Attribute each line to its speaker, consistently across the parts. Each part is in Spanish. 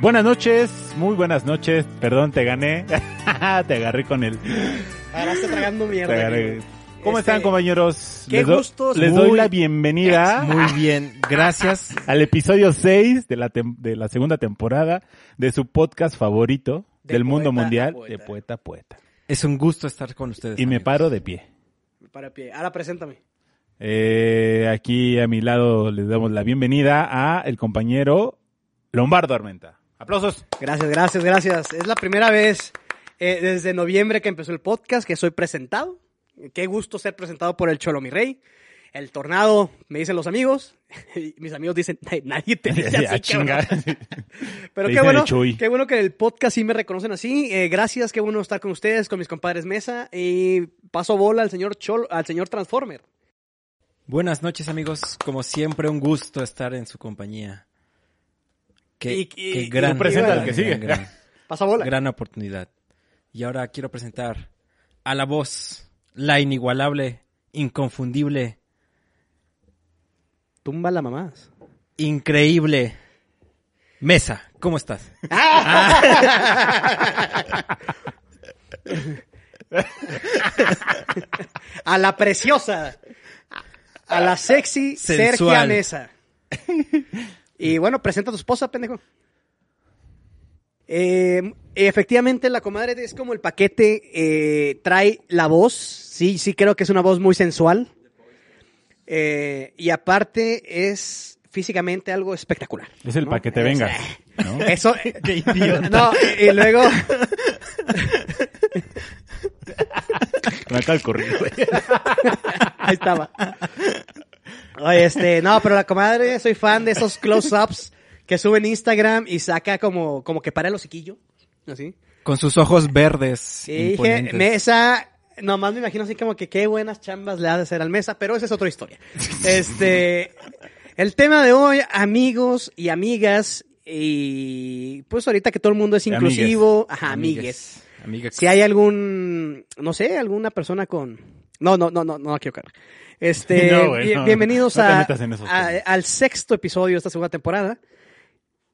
Speaker 1: Buenas noches, muy buenas noches. Perdón, te gané. te agarré con el.
Speaker 2: Ahora está tragando mierda.
Speaker 1: te agarré.
Speaker 2: güey.
Speaker 1: ¿Cómo
Speaker 2: Este,
Speaker 1: están, compañeros?
Speaker 2: qué
Speaker 1: les do-
Speaker 2: gustos,
Speaker 1: les
Speaker 2: muy-
Speaker 1: doy la bienvenida
Speaker 3: Muy bien, gracias.
Speaker 1: al episodio 6 de la, tem- de la segunda temporada de su podcast favorito
Speaker 2: De
Speaker 1: del mundo
Speaker 2: poeta a
Speaker 1: mundial,
Speaker 2: poeta. Pues
Speaker 1: de poeta a poeta.
Speaker 3: Es un gusto estar con ustedes.
Speaker 1: Y me
Speaker 3: amigos.
Speaker 1: paro de pie.
Speaker 2: Para pie. Ahora preséntame.
Speaker 1: Eh, aquí a mi lado les damos la bienvenida a el compañero Lombardo Armenta. Aplausos.
Speaker 2: Gracias, gracias, gracias. Es la primera vez eh, desde noviembre que empezó el podcast que soy presentado. Qué gusto ser presentado por el Cholo Mi Rey. El tornado, me dicen los amigos. Y mis amigos dicen, "Nadie- nadie te dice
Speaker 1: Ah,
Speaker 2: así,
Speaker 1: chinga.
Speaker 2: cabrón". Pero
Speaker 1: Te
Speaker 2: qué
Speaker 1: dicen
Speaker 2: bueno,
Speaker 1: el Chuy.
Speaker 2: qué bueno que en el podcast sí me reconocen así. Eh, gracias, qué bueno estar con ustedes, con mis compadres Mesa. Y paso bola al señor Cholo, al señor Transformer.
Speaker 3: Buenas noches, amigos. Como siempre, un gusto estar en su compañía. Qué,
Speaker 2: Y- y-
Speaker 3: qué
Speaker 2: y
Speaker 3: gran,
Speaker 1: tú presenta
Speaker 3: gran,
Speaker 1: al que sigue.
Speaker 3: gran,
Speaker 2: Paso bola.
Speaker 3: gran, gran oportunidad. Y ahora quiero presentar a la voz, la inigualable, inconfundible,
Speaker 2: Tumba la mamás.
Speaker 3: increíble Mesa. ¿Cómo estás?
Speaker 2: A la preciosa. A la sexy
Speaker 3: Sensual.
Speaker 2: Sergia Mesa. Y bueno, presenta a tu esposa, pendejo. Eh, efectivamente, la comadre es como el paquete. eh, trae la voz. Sí, sí, creo que es una voz muy sensual. Eh, y aparte, es físicamente algo espectacular.
Speaker 1: Es el
Speaker 2: ¿no?
Speaker 1: paquete
Speaker 2: Es-
Speaker 1: venga. ¿no?
Speaker 2: Eso. No, y luego.
Speaker 1: Me acaba de correr, güey.
Speaker 2: Ahí estaba. Oye, este, no, pero la comadre, soy fan de esos close-ups que suben Instagram y saca como, como que para el hociquillo. Así.
Speaker 3: Con sus ojos verdes.
Speaker 2: Y dije,
Speaker 3: imponentes.
Speaker 2: Mesa, nomás me imagino así como que qué buenas chambas le ha de hacer al Mesa, pero esa es otra historia. Este, el tema de hoy, amigos y amigas, y pues ahorita que todo el mundo es
Speaker 1: Amigues.
Speaker 2: inclusivo, ajá, amigues.
Speaker 3: Amigues.
Speaker 2: Si hay algún, no sé, alguna persona con... No, no, no, no, no la quiero cagar. Este,
Speaker 1: No, güey,
Speaker 2: bien-
Speaker 1: no,
Speaker 2: bienvenidos
Speaker 1: no te
Speaker 2: a-
Speaker 1: metas en esos
Speaker 2: a-
Speaker 1: temas.
Speaker 2: al sexto episodio de esta segunda temporada.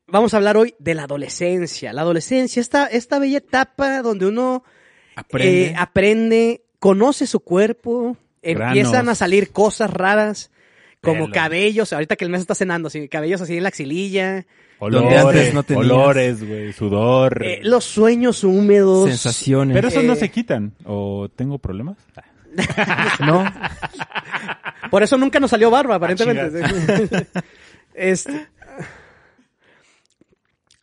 Speaker 2: Vamos a hablar hoy de la adolescencia. La adolescencia, esta, esta bella etapa donde uno
Speaker 3: Aprende.
Speaker 2: eh, aprende, conoce su cuerpo, empiezan
Speaker 1: Granos.
Speaker 2: a salir cosas raras, como
Speaker 1: Pelo.
Speaker 2: cabellos. Ahorita que el mes está cenando, así, cabellos así en la axililla. eh,
Speaker 3: Donde antes
Speaker 1: Olores,
Speaker 3: no tenías.
Speaker 1: olores, güey, sudor.
Speaker 2: eh, los sueños húmedos.
Speaker 3: sensaciones.
Speaker 1: Pero esos no
Speaker 2: eh,
Speaker 1: se quitan. ¿O tengo problemas?
Speaker 3: no,
Speaker 2: Por eso nunca nos salió
Speaker 1: Ah,
Speaker 2: barba, aparentemente. Este,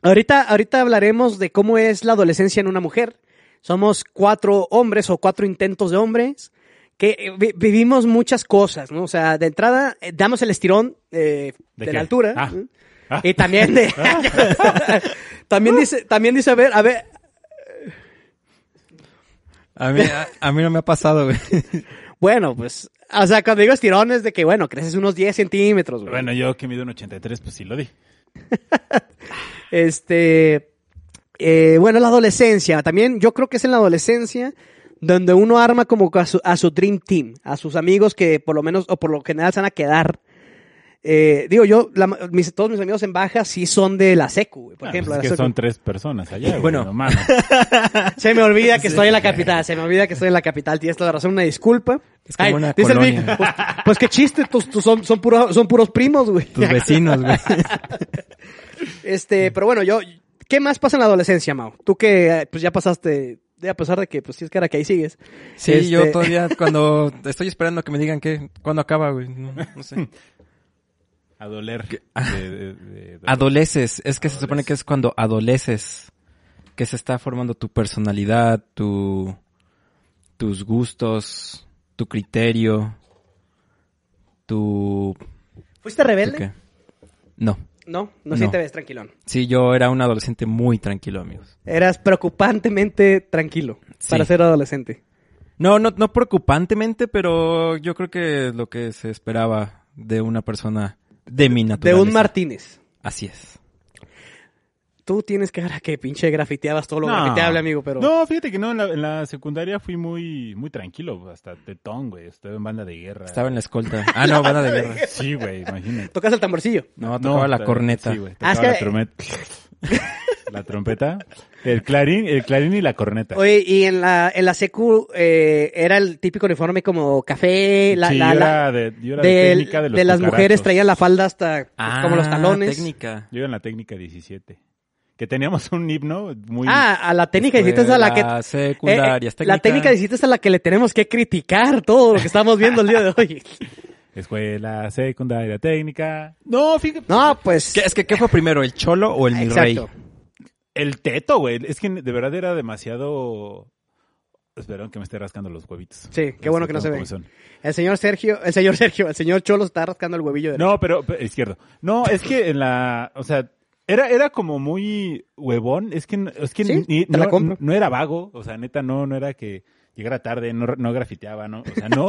Speaker 2: Ahorita, ahorita hablaremos de cómo es la adolescencia en una mujer. Somos cuatro hombres o cuatro intentos de hombres que eh, vi- vivimos muchas cosas, ¿no? O sea, de entrada eh, damos el estirón eh,
Speaker 1: ¿De
Speaker 2: de,
Speaker 1: qué?
Speaker 2: la altura.
Speaker 1: Ah.
Speaker 2: ¿eh? Y también de... también dice, también dice, a ver, a ver,
Speaker 3: a mí, a, a mí no me ha pasado, güey.
Speaker 2: bueno, pues, o sea, cuando digo estirón es de que, bueno, creces unos 10 centímetros, güey.
Speaker 1: Bueno, yo que mido un 83, pues sí lo di.
Speaker 2: Este, eh, bueno, la adolescencia. También yo creo que es en la adolescencia donde uno arma como que a su, a su Dream Team, a sus amigos que por lo menos o por lo general se van a quedar. Eh, digo, yo, la ma- mis- todos mis amigos en baja sí son de la secu, güey, por
Speaker 1: Ah,
Speaker 2: ejemplo.
Speaker 1: pues
Speaker 2: de
Speaker 1: es
Speaker 2: la
Speaker 1: que
Speaker 2: secu.
Speaker 1: son tres personas allá, güey,
Speaker 3: Bueno.
Speaker 1: no mames.
Speaker 2: Se me olvida que estoy en la capital, se me olvida que estoy en la capital, tienes toda la razón, una disculpa.
Speaker 3: Es como una
Speaker 2: dice el Vic,
Speaker 3: colonia.
Speaker 2: pues, pues qué chiste, tus, tus son, son, puro- son puros primos, güey.
Speaker 3: Tus vecinos, güey.
Speaker 2: Este, pero bueno, yo, ¿qué más pasa en la adolescencia, Mau? Tú que eh, pues ya pasaste, de- a pesar de que pues tienes cara que ahí sigues.
Speaker 3: Sí,
Speaker 2: Este,
Speaker 3: yo todavía cuando estoy esperando que me digan que cuándo acaba, güey. No, no sé.
Speaker 1: A doler. De- de- de- de-
Speaker 3: Adoleces, es que se supone que es cuando adoleces, que se está formando tu personalidad, tu tus gustos, tu criterio, tu,
Speaker 2: ¿Fuiste
Speaker 3: ¿tu
Speaker 2: rebelde?
Speaker 3: qué? No.
Speaker 2: No, no,
Speaker 3: No.
Speaker 2: sí te ves tranquilón.
Speaker 3: Sí, yo era un adolescente muy tranquilo, amigos.
Speaker 2: Eras preocupantemente tranquilo
Speaker 3: Sí.
Speaker 2: para ser adolescente.
Speaker 3: No, no, no preocupantemente, pero yo creo que es lo que se esperaba de una persona de mi
Speaker 2: De
Speaker 3: naturaleza.
Speaker 2: un Martínez.
Speaker 3: Así es.
Speaker 2: Tú tienes cara que pinche grafiteabas todo lo
Speaker 1: No.
Speaker 2: grafiteable, amigo, pero...
Speaker 1: No, fíjate que no, en la, en la secundaria fui muy, muy tranquilo, hasta tetón, güey. Estaba en banda de guerra.
Speaker 3: Estaba en la escolta. Ah, no, banda de guerra.
Speaker 1: Sí, güey, imagínate.
Speaker 2: Tocas el tamborcillo.
Speaker 3: No, tocaba la
Speaker 1: ta-
Speaker 3: corneta.
Speaker 1: Sí, güey, tocaba
Speaker 2: Ah, es
Speaker 1: la
Speaker 2: que-
Speaker 1: trompeta. la trompeta. El clarín, el clarín y la corneta.
Speaker 2: Oye, y en la, en la secu eh, era el típico uniforme como café, Eh, la,
Speaker 1: Sí,
Speaker 2: la-
Speaker 1: yo
Speaker 2: la-
Speaker 1: era de, yo era de
Speaker 2: del-
Speaker 1: técnica de los
Speaker 2: de las
Speaker 1: cucarachos.
Speaker 2: mujeres traían la falda hasta pues,
Speaker 3: Ah,
Speaker 2: como los talones.
Speaker 3: técnica.
Speaker 1: Yo iba en la técnica 17. Que teníamos un himno muy...
Speaker 2: Ah, a la técnica de es a la que...
Speaker 3: Escuela, secundarias,
Speaker 2: eh, eh, La técnica de es a la que le tenemos que criticar todo lo que estamos viendo el día de hoy.
Speaker 1: Escuela secundaria técnica. No, fíjate.
Speaker 2: No, pues...
Speaker 3: ¿Qué- es que, ¿qué fue primero, el cholo o el mi rey?
Speaker 2: Exacto.
Speaker 1: El teto, güey. Es que de verdad era demasiado... Espero que me esté rascando los huevitos. Este,
Speaker 2: Sí, qué bueno que no se ve.
Speaker 1: Como son.
Speaker 2: El señor Sergio, el señor Sergio, el señor Cholo se está rascando el huevillo de
Speaker 1: No, pero, pero izquierdo. No, es que en la, o sea, era era como muy huevón, es que n- es que
Speaker 2: Sí,
Speaker 1: ni-
Speaker 2: te la
Speaker 1: no,
Speaker 2: compro.
Speaker 1: no era vago, o sea, neta no no era que llegara tarde, no, no grafiteaba, no, o sea, no,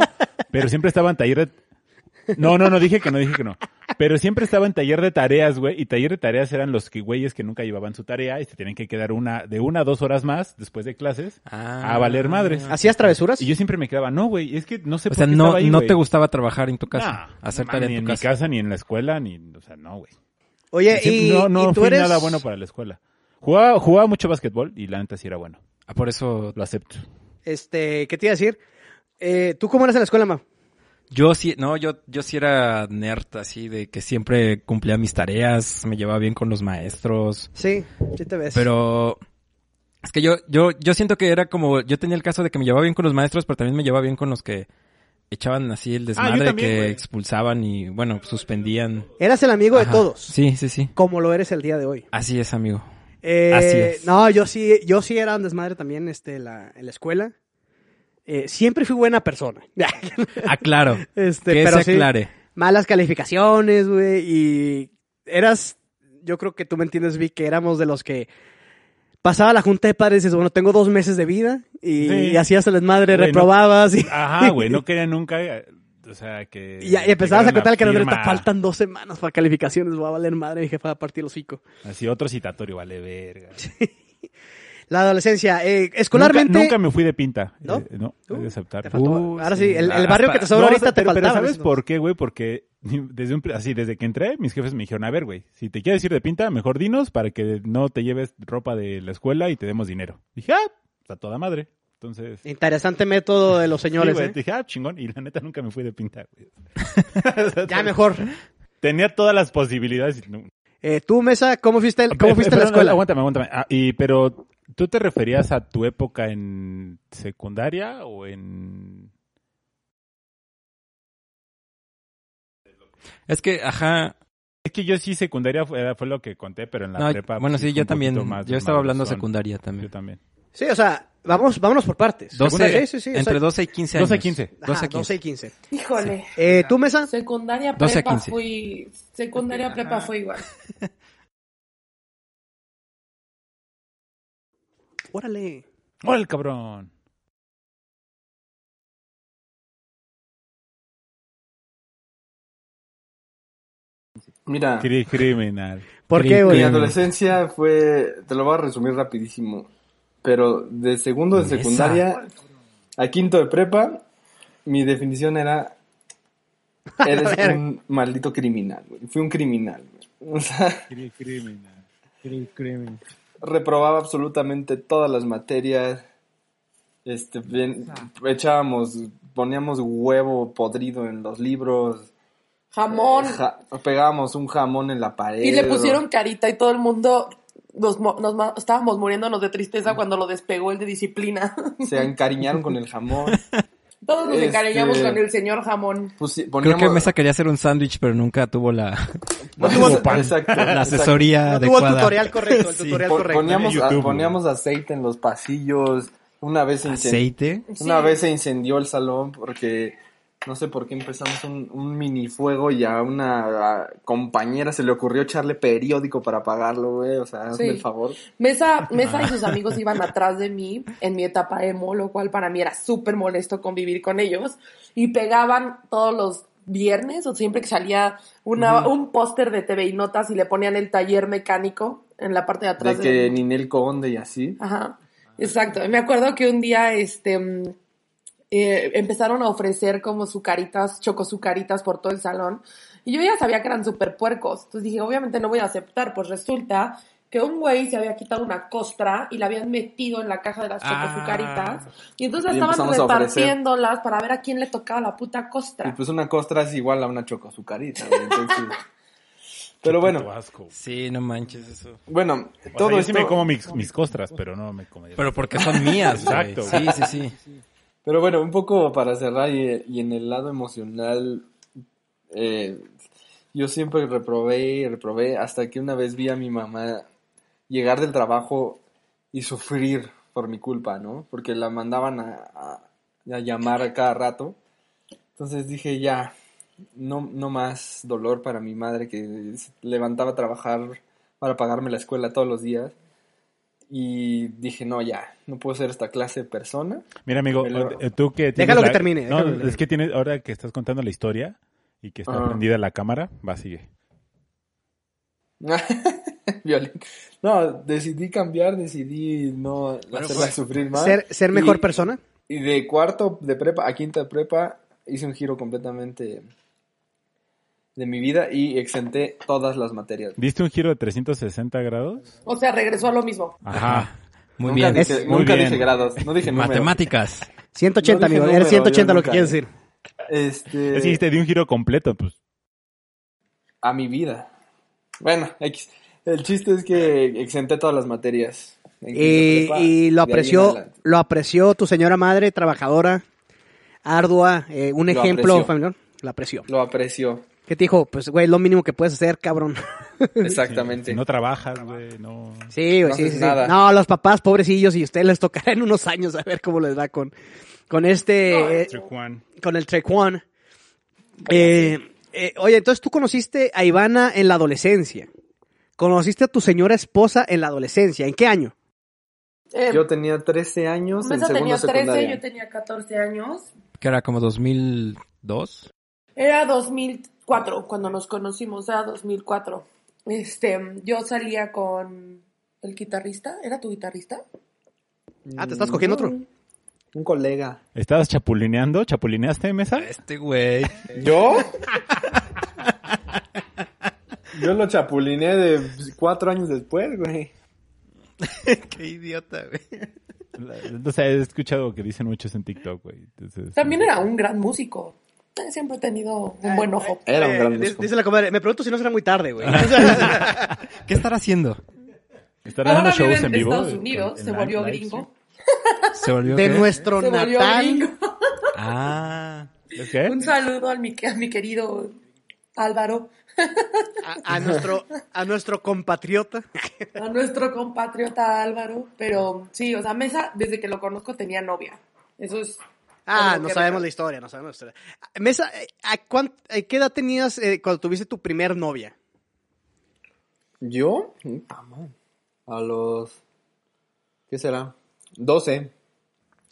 Speaker 1: pero siempre estaba en taller de No, no, no dije que no, dije que no. Pero siempre estaba en taller de tareas, güey, y taller de tareas eran los que güeyes que nunca llevaban su tarea y se tenían que quedar una de una a dos horas más después de clases
Speaker 3: Ah.
Speaker 1: a valer madres.
Speaker 2: ¿Hacías travesuras?
Speaker 1: Y yo siempre me quedaba, no, güey, es que no sé
Speaker 3: O
Speaker 1: por
Speaker 3: sea,
Speaker 1: qué
Speaker 3: no,
Speaker 1: estaba ahí,
Speaker 3: no
Speaker 1: güey".
Speaker 3: te gustaba trabajar en tu casa,
Speaker 1: Nah,
Speaker 3: hacer
Speaker 1: no
Speaker 3: tarea
Speaker 1: mames,
Speaker 3: en tu
Speaker 1: ni
Speaker 3: casa.
Speaker 1: en mi casa, ni en la escuela, ni, o sea, no, güey.
Speaker 2: Oye,
Speaker 1: Sí,
Speaker 2: y,
Speaker 1: no, no
Speaker 2: y tú
Speaker 1: fui
Speaker 2: eres...
Speaker 1: nada bueno para la escuela. Jugaba, jugaba mucho básquetbol y la neta sí era bueno.
Speaker 3: Ah, por eso,
Speaker 1: Lo acepto.
Speaker 2: Este, ¿qué te iba a decir? Eh, ¿Tú cómo eras en la escuela, ma?
Speaker 3: yo sí, no, yo, yo sí era nerd, así, de que siempre cumplía mis tareas, me llevaba bien con los maestros,
Speaker 2: Sí, sí te ves.
Speaker 3: pero... Es que yo, yo, yo siento que era como, yo tenía el caso de que me llevaba bien con los maestros, pero también me llevaba bien con los que echaban así
Speaker 2: Ah,
Speaker 3: el desmadre
Speaker 1: también,
Speaker 3: que
Speaker 1: güey.
Speaker 3: expulsaban y, bueno, suspendían.
Speaker 2: Eras el amigo de
Speaker 3: Ajá.
Speaker 2: todos,
Speaker 3: Sí, sí, sí.
Speaker 2: como lo eres el día de hoy.
Speaker 3: Así es, amigo.
Speaker 2: Eh,
Speaker 3: Así es.
Speaker 2: No, yo sí, yo sí era un desmadre también este, la, en la escuela. Eh, siempre fui buena persona.
Speaker 3: Aclaro.
Speaker 2: este,
Speaker 3: que
Speaker 2: pero
Speaker 3: se
Speaker 2: sí,
Speaker 3: aclare.
Speaker 2: malas calificaciones, güey, y eras, yo creo que tú me entiendes, vi que éramos de los que pasaba la junta de padres y dices, bueno, tengo dos meses de vida, y,
Speaker 1: Sí.
Speaker 2: y hacías el desmadre,
Speaker 1: Güey, no-
Speaker 2: reprobabas, y,
Speaker 1: Ajá, güey, no quería nunca, eh, o sea, que...
Speaker 2: y, y empezabas a
Speaker 1: llegaran
Speaker 2: contar al canal,
Speaker 1: firma.
Speaker 2: "Neta, faltan dos semanas para calificaciones, voy a valer madre, mi jefa va a partir los hocico.
Speaker 1: Así, otro citatorio, vale verga.
Speaker 2: La adolescencia, eh, escolarmente...
Speaker 1: Nunca, nunca me fui de pinta.
Speaker 2: ¿No?
Speaker 1: ¿No? no,
Speaker 2: Uh,
Speaker 1: he de aceptar.
Speaker 2: te faltó. Ahora sí, el, el
Speaker 3: Ah,
Speaker 2: barrio que
Speaker 3: hasta-
Speaker 2: te sobra
Speaker 1: No, pero-
Speaker 2: ahorita te
Speaker 1: pero,
Speaker 2: faltaba.
Speaker 1: ¿sabes
Speaker 2: ¿no?
Speaker 1: por qué, güey? Porque desde un, pr- así, desde que entré, mis jefes me dijeron, a ver, güey, si te quieres ir de pinta, mejor dinos para que no te lleves ropa de la escuela y te demos dinero. Dije, ah, está toda madre. Entonces...
Speaker 2: Interesante método de los
Speaker 1: Sí,
Speaker 2: señores,
Speaker 1: güey,
Speaker 2: ¿eh?
Speaker 1: dije, ah, chingón. Y la neta nunca me fui de pinta, güey.
Speaker 2: Ya mejor.
Speaker 1: Tenía todas las posibilidades. y no-
Speaker 2: Eh, tú, Mesa, ¿cómo fuiste, el- cómo fuiste a la
Speaker 1: Perdón,
Speaker 2: escuela?
Speaker 1: Aguántame, aguántame. Ah, y, pero, ¿tú te referías a tu época en secundaria o en...?
Speaker 3: Es que, ajá.
Speaker 1: Es que yo sí secundaria fue, fue lo que conté, pero en la
Speaker 3: no,
Speaker 1: prepa...
Speaker 3: bueno,
Speaker 1: pues,
Speaker 3: sí,
Speaker 1: fue
Speaker 3: yo
Speaker 1: un
Speaker 3: también.
Speaker 1: poquito más
Speaker 3: yo estaba hablando
Speaker 1: mamadozón.
Speaker 3: secundaria también.
Speaker 1: Yo también.
Speaker 2: Sí, o sea, vamos, vámonos por partes. sí,
Speaker 3: 12,
Speaker 2: sí, sí. o sea,
Speaker 3: entre 12 y 15 años.
Speaker 1: 12 a 15.
Speaker 2: ajá,
Speaker 3: 12 a 15.
Speaker 2: 12 y 15.
Speaker 4: Híjole.
Speaker 2: Eh, ¿Tú, Mesa?
Speaker 4: Secundaria
Speaker 3: 12 a
Speaker 4: prepa
Speaker 3: 15.
Speaker 4: fui. Secundaria prepa fue igual.
Speaker 2: Órale.
Speaker 1: ¡Hola, el cabrón!
Speaker 5: Mira,
Speaker 1: Cri- Criminal.
Speaker 2: ¿Por qué,
Speaker 5: mi
Speaker 2: güey?
Speaker 5: adolescencia fue, te lo voy a resumir rapidísimo, pero de segundo de
Speaker 3: Mesa.
Speaker 5: secundaria a quinto de prepa, mi definición era, eres un maldito criminal, güey. Fui un criminal, güey. O sea,
Speaker 1: Cri- Criminal.
Speaker 5: reprobaba absolutamente todas las materias, este, bien- echábamos, poníamos huevo podrido en los libros,
Speaker 4: Jamón.
Speaker 5: ja- pegábamos un jamón en la pared.
Speaker 4: Y le pusieron
Speaker 5: o-
Speaker 4: carita y todo el mundo. Nos, mo- nos ma- estábamos muriéndonos de tristeza cuando lo despegó el de disciplina.
Speaker 5: Se encariñaron con el jamón.
Speaker 4: Todos nos
Speaker 5: Este-
Speaker 4: encariñamos con el señor jamón.
Speaker 5: Pusi-
Speaker 3: Creo
Speaker 5: pues poníamos-
Speaker 3: que Mesa quería hacer un sándwich, pero nunca tuvo la,
Speaker 5: No
Speaker 3: tuvo
Speaker 5: tuvo-
Speaker 3: pan.
Speaker 5: exacto,
Speaker 3: la
Speaker 5: exacto.
Speaker 3: asesoría
Speaker 2: No tuvo el
Speaker 3: adecuada.
Speaker 2: tutorial correcto, el
Speaker 3: Sí.
Speaker 2: tutorial
Speaker 5: Po-
Speaker 2: correcto.
Speaker 5: poníamos,
Speaker 1: En YouTube,
Speaker 5: a- poníamos aceite en los pasillos. Una vez se incen-
Speaker 3: Aceite.
Speaker 4: Sí.
Speaker 5: una vez se incendió el salón porque No sé por qué empezamos un, un minifuego y a una a compañera se le ocurrió echarle periódico para apagarlo, güey. O sea, hazme
Speaker 4: Sí.
Speaker 5: el favor.
Speaker 4: Mesa, Mesa y sus amigos iban atrás de mí en mi etapa emo, lo cual para mí era súper molesto convivir con ellos. Y pegaban todos los viernes o siempre que salía una, un póster de TV y Notas y le ponían el taller mecánico en la parte de atrás.
Speaker 5: De que Ninel Conde y así.
Speaker 4: Ajá, exacto. Me acuerdo que un día este, mm, eh, empezaron a ofrecer como sucaritas, chocosucaritas por todo el salón. Y yo ya sabía que eran súper puercos. Entonces dije, obviamente no voy a aceptar. Pues resulta que un güey se había quitado una costra y la habían metido en la caja de las
Speaker 3: Ah.
Speaker 4: chocosucaritas. Y entonces
Speaker 5: Y
Speaker 4: estaban
Speaker 5: empezamos a ofrecer.
Speaker 4: repartiéndolas para ver a quién le tocaba la puta
Speaker 5: Y
Speaker 4: costra.
Speaker 5: pues una costra es igual a una chocosucarita, güey. Entonces,
Speaker 1: Puto
Speaker 5: pero bueno,
Speaker 1: asco. O sea,
Speaker 3: Sí, no manches eso.
Speaker 5: bueno,
Speaker 1: yo
Speaker 5: todo
Speaker 1: sí
Speaker 5: esto,
Speaker 1: me Pues como mis, mis costras, pero no me comería.
Speaker 3: Pero porque son mías, güey.
Speaker 1: Exacto.
Speaker 3: Sí, sí, sí.
Speaker 5: Pero bueno, un poco para cerrar y, y en el lado emocional, eh, yo siempre reprobé y reprobé hasta que una vez vi a mi mamá llegar del trabajo y sufrir por mi culpa, ¿no? Porque la mandaban a, a- a llamar a cada rato. Entonces dije, ya, no, no más dolor para mi madre que se levantaba a trabajar para pagarme la escuela todos los días. Y dije, no, ya, no puedo ser esta clase de persona.
Speaker 1: Mira, amigo,
Speaker 5: Pero-
Speaker 1: eh, tú que tienes
Speaker 2: Déjalo que
Speaker 1: la-
Speaker 2: termine,
Speaker 1: No,
Speaker 2: déjalo que termine.
Speaker 1: es que tienes, ahora que estás contando la historia y que está
Speaker 5: Ah.
Speaker 1: prendida la cámara, va, sigue.
Speaker 5: Violín. No, decidí cambiar, decidí no hacerla
Speaker 3: pues,
Speaker 5: sufrir más.
Speaker 2: Ser, ser mejor
Speaker 5: Y-
Speaker 2: persona.
Speaker 5: Y de cuarto de prepa a quinta de prepa hice un giro completamente de mi vida y exenté todas las materias.
Speaker 1: ¿Diste un giro de 360 grados?
Speaker 4: O sea, regresó a lo mismo.
Speaker 3: Ajá. Muy
Speaker 5: nunca
Speaker 3: bien.
Speaker 5: Dije,
Speaker 1: Muy
Speaker 5: nunca
Speaker 1: bien.
Speaker 5: dije grados, no dije números.
Speaker 3: Matemáticas.
Speaker 2: 180,
Speaker 5: No dije
Speaker 2: amigo.
Speaker 5: número,
Speaker 2: Eres 180
Speaker 5: yo
Speaker 2: lo que
Speaker 5: nunca.
Speaker 2: quieres decir.
Speaker 5: Este,
Speaker 1: Es que te di un giro completo, pues.
Speaker 5: a mi vida. Bueno, X. El chiste es que exenté todas las materias. en quinta
Speaker 2: Y,
Speaker 5: prepa,
Speaker 2: y lo
Speaker 5: de ahí en
Speaker 2: apreció,
Speaker 5: adelante.
Speaker 2: lo apreció tu señora madre, trabajadora, ardua, eh, un
Speaker 5: Lo
Speaker 2: ejemplo
Speaker 5: apreció.
Speaker 2: familiar. Lo apreció.
Speaker 5: Lo apreció.
Speaker 2: ¿Qué te dijo? Pues, güey, lo mínimo que puedes hacer, cabrón.
Speaker 5: Exactamente.
Speaker 1: Si no trabajas, güey, no...
Speaker 2: Sí, güey,
Speaker 5: No
Speaker 2: sí,
Speaker 5: haces
Speaker 2: sí, sí.
Speaker 5: nada.
Speaker 2: No, los papás, pobrecillos, y ustedes les tocará en unos años a ver cómo les va con, con este, eh,
Speaker 1: Juan.
Speaker 2: con el Trequan. Eh, eh, oye, entonces tú conociste a Ivana en la adolescencia. Conociste a tu señora esposa en la adolescencia. ¿En qué año?
Speaker 4: Eh,
Speaker 5: Yo tenía 13 años en
Speaker 4: Mesa
Speaker 5: segundo
Speaker 4: tenía 13,
Speaker 5: secundaria.
Speaker 4: yo tenía 14 años.
Speaker 3: Que era como 2002.
Speaker 4: Era 2004 cuando nos conocimos, era 2004. Este, yo salía con el guitarrista, ¿era tu guitarrista?
Speaker 2: Ah, te estás cogiendo otro.
Speaker 5: Un colega.
Speaker 1: ¿Estabas chapulineando? ¿Chapulineaste, Mesa?
Speaker 3: Este güey.
Speaker 5: ¿Yo? Yo lo chapuliné de cuatro años después, güey.
Speaker 3: Qué idiota, güey.
Speaker 1: O sea, he escuchado que dicen muchos en TikTok, güey. Entonces,
Speaker 4: También era un gran músico. Eh, Siempre he tenido un buen ojo.
Speaker 5: Era un gran Ah,
Speaker 2: Eh,
Speaker 5: músico.
Speaker 2: Dice la comadre, me pregunto si no será muy tarde, güey.
Speaker 3: ¿Qué estará haciendo?
Speaker 1: Estar dando
Speaker 4: Ahora vive
Speaker 1: shows en
Speaker 4: en
Speaker 1: vivo.
Speaker 4: Estados
Speaker 1: eh,
Speaker 4: Unidos,
Speaker 1: en
Speaker 4: se
Speaker 1: live-
Speaker 4: volvió
Speaker 1: live
Speaker 4: gringo.
Speaker 3: Se volvió.
Speaker 2: De
Speaker 3: qué?
Speaker 2: nuestro
Speaker 4: Se volvió gringo.
Speaker 2: Natán.
Speaker 3: Ah.
Speaker 1: stream. ¿Qué?
Speaker 4: Un saludo al mi, a mi querido Álvaro,
Speaker 2: A, a nuestro, a nuestro compatriota.
Speaker 4: a nuestro compatriota Álvaro. Pero sí, o sea, Mesa, desde que lo conozco tenía novia. Eso es.
Speaker 2: Ah,
Speaker 4: algo
Speaker 2: no
Speaker 4: que
Speaker 2: sabemos
Speaker 4: recuerdo.
Speaker 2: la historia, no sabemos la historia. Mesa, eh, ¿a cuán- eh, qué edad tenías eh, cuando tuviste tu primer novia?
Speaker 5: ¿Yo? Ah, man. A los... ¿Qué será? 12.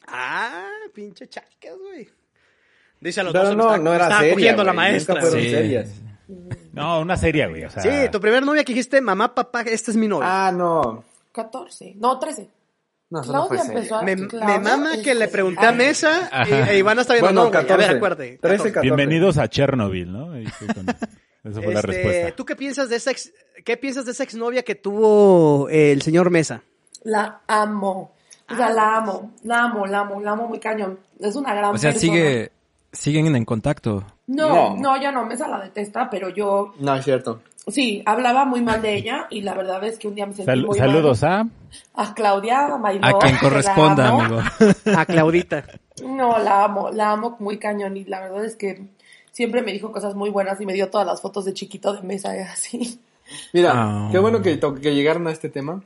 Speaker 2: Ah, pinche chacas, güey. Dice a los
Speaker 5: Pero
Speaker 2: dos,
Speaker 5: no, no era
Speaker 2: estaba
Speaker 5: seria,
Speaker 2: cogiendo la
Speaker 5: güey. Nunca
Speaker 2: maestra.
Speaker 5: fueron
Speaker 2: güey.
Speaker 3: Sí.
Speaker 5: serias.
Speaker 1: No, una serie, güey. O sea,
Speaker 2: Sí, tu primer novia que dijiste, mamá, papá, esta es mi novia.
Speaker 5: Ah, no.
Speaker 4: 14, no, 13.
Speaker 5: No, eso no fue
Speaker 4: Claudia
Speaker 5: seria.
Speaker 4: empezó a.
Speaker 2: me, me
Speaker 4: Claudia
Speaker 2: mama que le
Speaker 4: empezó-
Speaker 2: pregunté a
Speaker 4: Ah,
Speaker 2: Mesa y,
Speaker 3: Ajá.
Speaker 2: e Iván está viendo.
Speaker 5: Bueno,
Speaker 2: no, güey, A
Speaker 5: 14.
Speaker 2: ver, acuérdate.
Speaker 5: 13, 14.
Speaker 1: Bienvenidos a Chernobyl, ¿no? Y fue con- Esa fue la
Speaker 2: Este,
Speaker 1: respuesta.
Speaker 2: ¿Tú qué piensas de esa ex, qué piensas de esa exnovia que tuvo eh, el señor Mesa?
Speaker 4: La amo. O sea, la amo, la amo, la amo, la amo muy cañón. Es una gran
Speaker 3: O sea,
Speaker 4: persona.
Speaker 3: sigue. Siguen en contacto.
Speaker 4: No,
Speaker 5: No.
Speaker 4: no, ya no, Mesa la detesta, pero yo
Speaker 5: No, es cierto.
Speaker 4: sí, hablaba muy mal de ella y la verdad es que un día me sentí
Speaker 1: Sal-
Speaker 4: muy mal.
Speaker 1: saludos ¿ah? a...
Speaker 4: A Claudia, a Maylor,
Speaker 3: A quien
Speaker 4: que la
Speaker 3: corresponda,
Speaker 4: amo.
Speaker 3: amigo.
Speaker 2: A Claudita.
Speaker 4: No, la amo, la amo muy cañón y la verdad es que siempre me dijo cosas muy buenas y me dio todas las fotos de chiquito de Mesa y así.
Speaker 5: Mira,
Speaker 3: Ah.
Speaker 5: qué bueno que, to- que llegaron a este tema.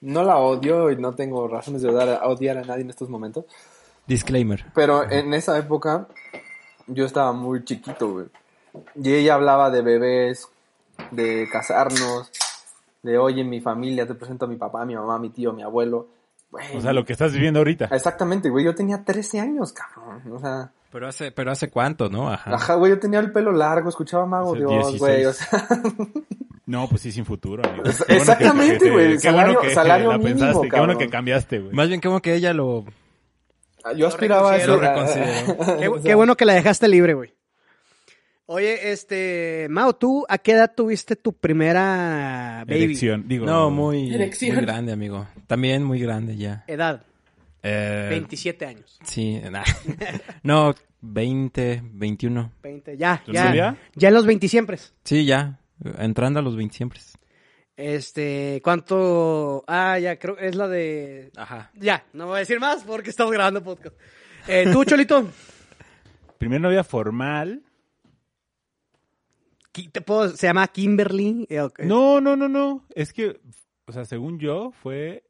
Speaker 5: No la odio y no tengo razones de odiar a- odiar a nadie en estos momentos.
Speaker 3: Disclaimer.
Speaker 5: Pero en esa época yo estaba muy chiquito, güey. Y ella hablaba de bebés, de casarnos, de oye, mi familia, te presento a mi papá, mi mamá, mi tío, mi abuelo. Güey,
Speaker 1: O sea, lo que estás viviendo ahorita.
Speaker 5: Exactamente, güey. Yo tenía 13 años, cabrón. O sea,
Speaker 3: Pero hace, pero hace cuánto, ¿no? Ajá.
Speaker 5: ajá, güey, yo tenía el pelo largo, escuchaba Mago
Speaker 1: Hace
Speaker 5: de Oz,
Speaker 1: 16.
Speaker 5: güey. O sea,
Speaker 1: No, pues sí, sin futuro, amigo.
Speaker 5: Es-
Speaker 1: Qué bueno que-
Speaker 5: exactamente,
Speaker 1: que te-
Speaker 5: güey,
Speaker 1: Qué
Speaker 5: salario-
Speaker 1: bueno que
Speaker 5: salario
Speaker 1: la
Speaker 5: mínimo,
Speaker 1: pensaste. Qué bueno
Speaker 5: cabrón.
Speaker 1: que cambiaste, güey.
Speaker 3: Más bien como que ella lo...
Speaker 5: yo aspiraba a eso.
Speaker 3: Lo reconsidero.
Speaker 2: Qué, qué bueno que la dejaste libre, güey. Oye, este, Mao, ¿tú a qué edad tuviste tu primera baby?
Speaker 1: Elección, digo.
Speaker 3: No, muy,
Speaker 4: Erección.
Speaker 3: muy grande, amigo. También muy grande ya.
Speaker 2: Edad,
Speaker 3: Eh,
Speaker 2: 27 años.
Speaker 3: Sí, nah. no, 20, 21.
Speaker 2: 20, ya,
Speaker 1: ¿En
Speaker 2: ya.
Speaker 1: serio?
Speaker 2: Ya en los 20 siempre.
Speaker 3: Sí, ya, entrando a los 20 siempre.
Speaker 2: Este, ¿cuánto? Ah, ya, creo, es la de...
Speaker 3: Ajá.
Speaker 2: Ya, no voy a decir más porque estamos grabando podcast. Eh, ¿Tú, Cholito?
Speaker 1: Primera novia formal.
Speaker 2: Qui- ¿Te puedo, se llama Kimberly. eh, ok.
Speaker 1: No, no, no, no. Es que, o sea, según yo, fue.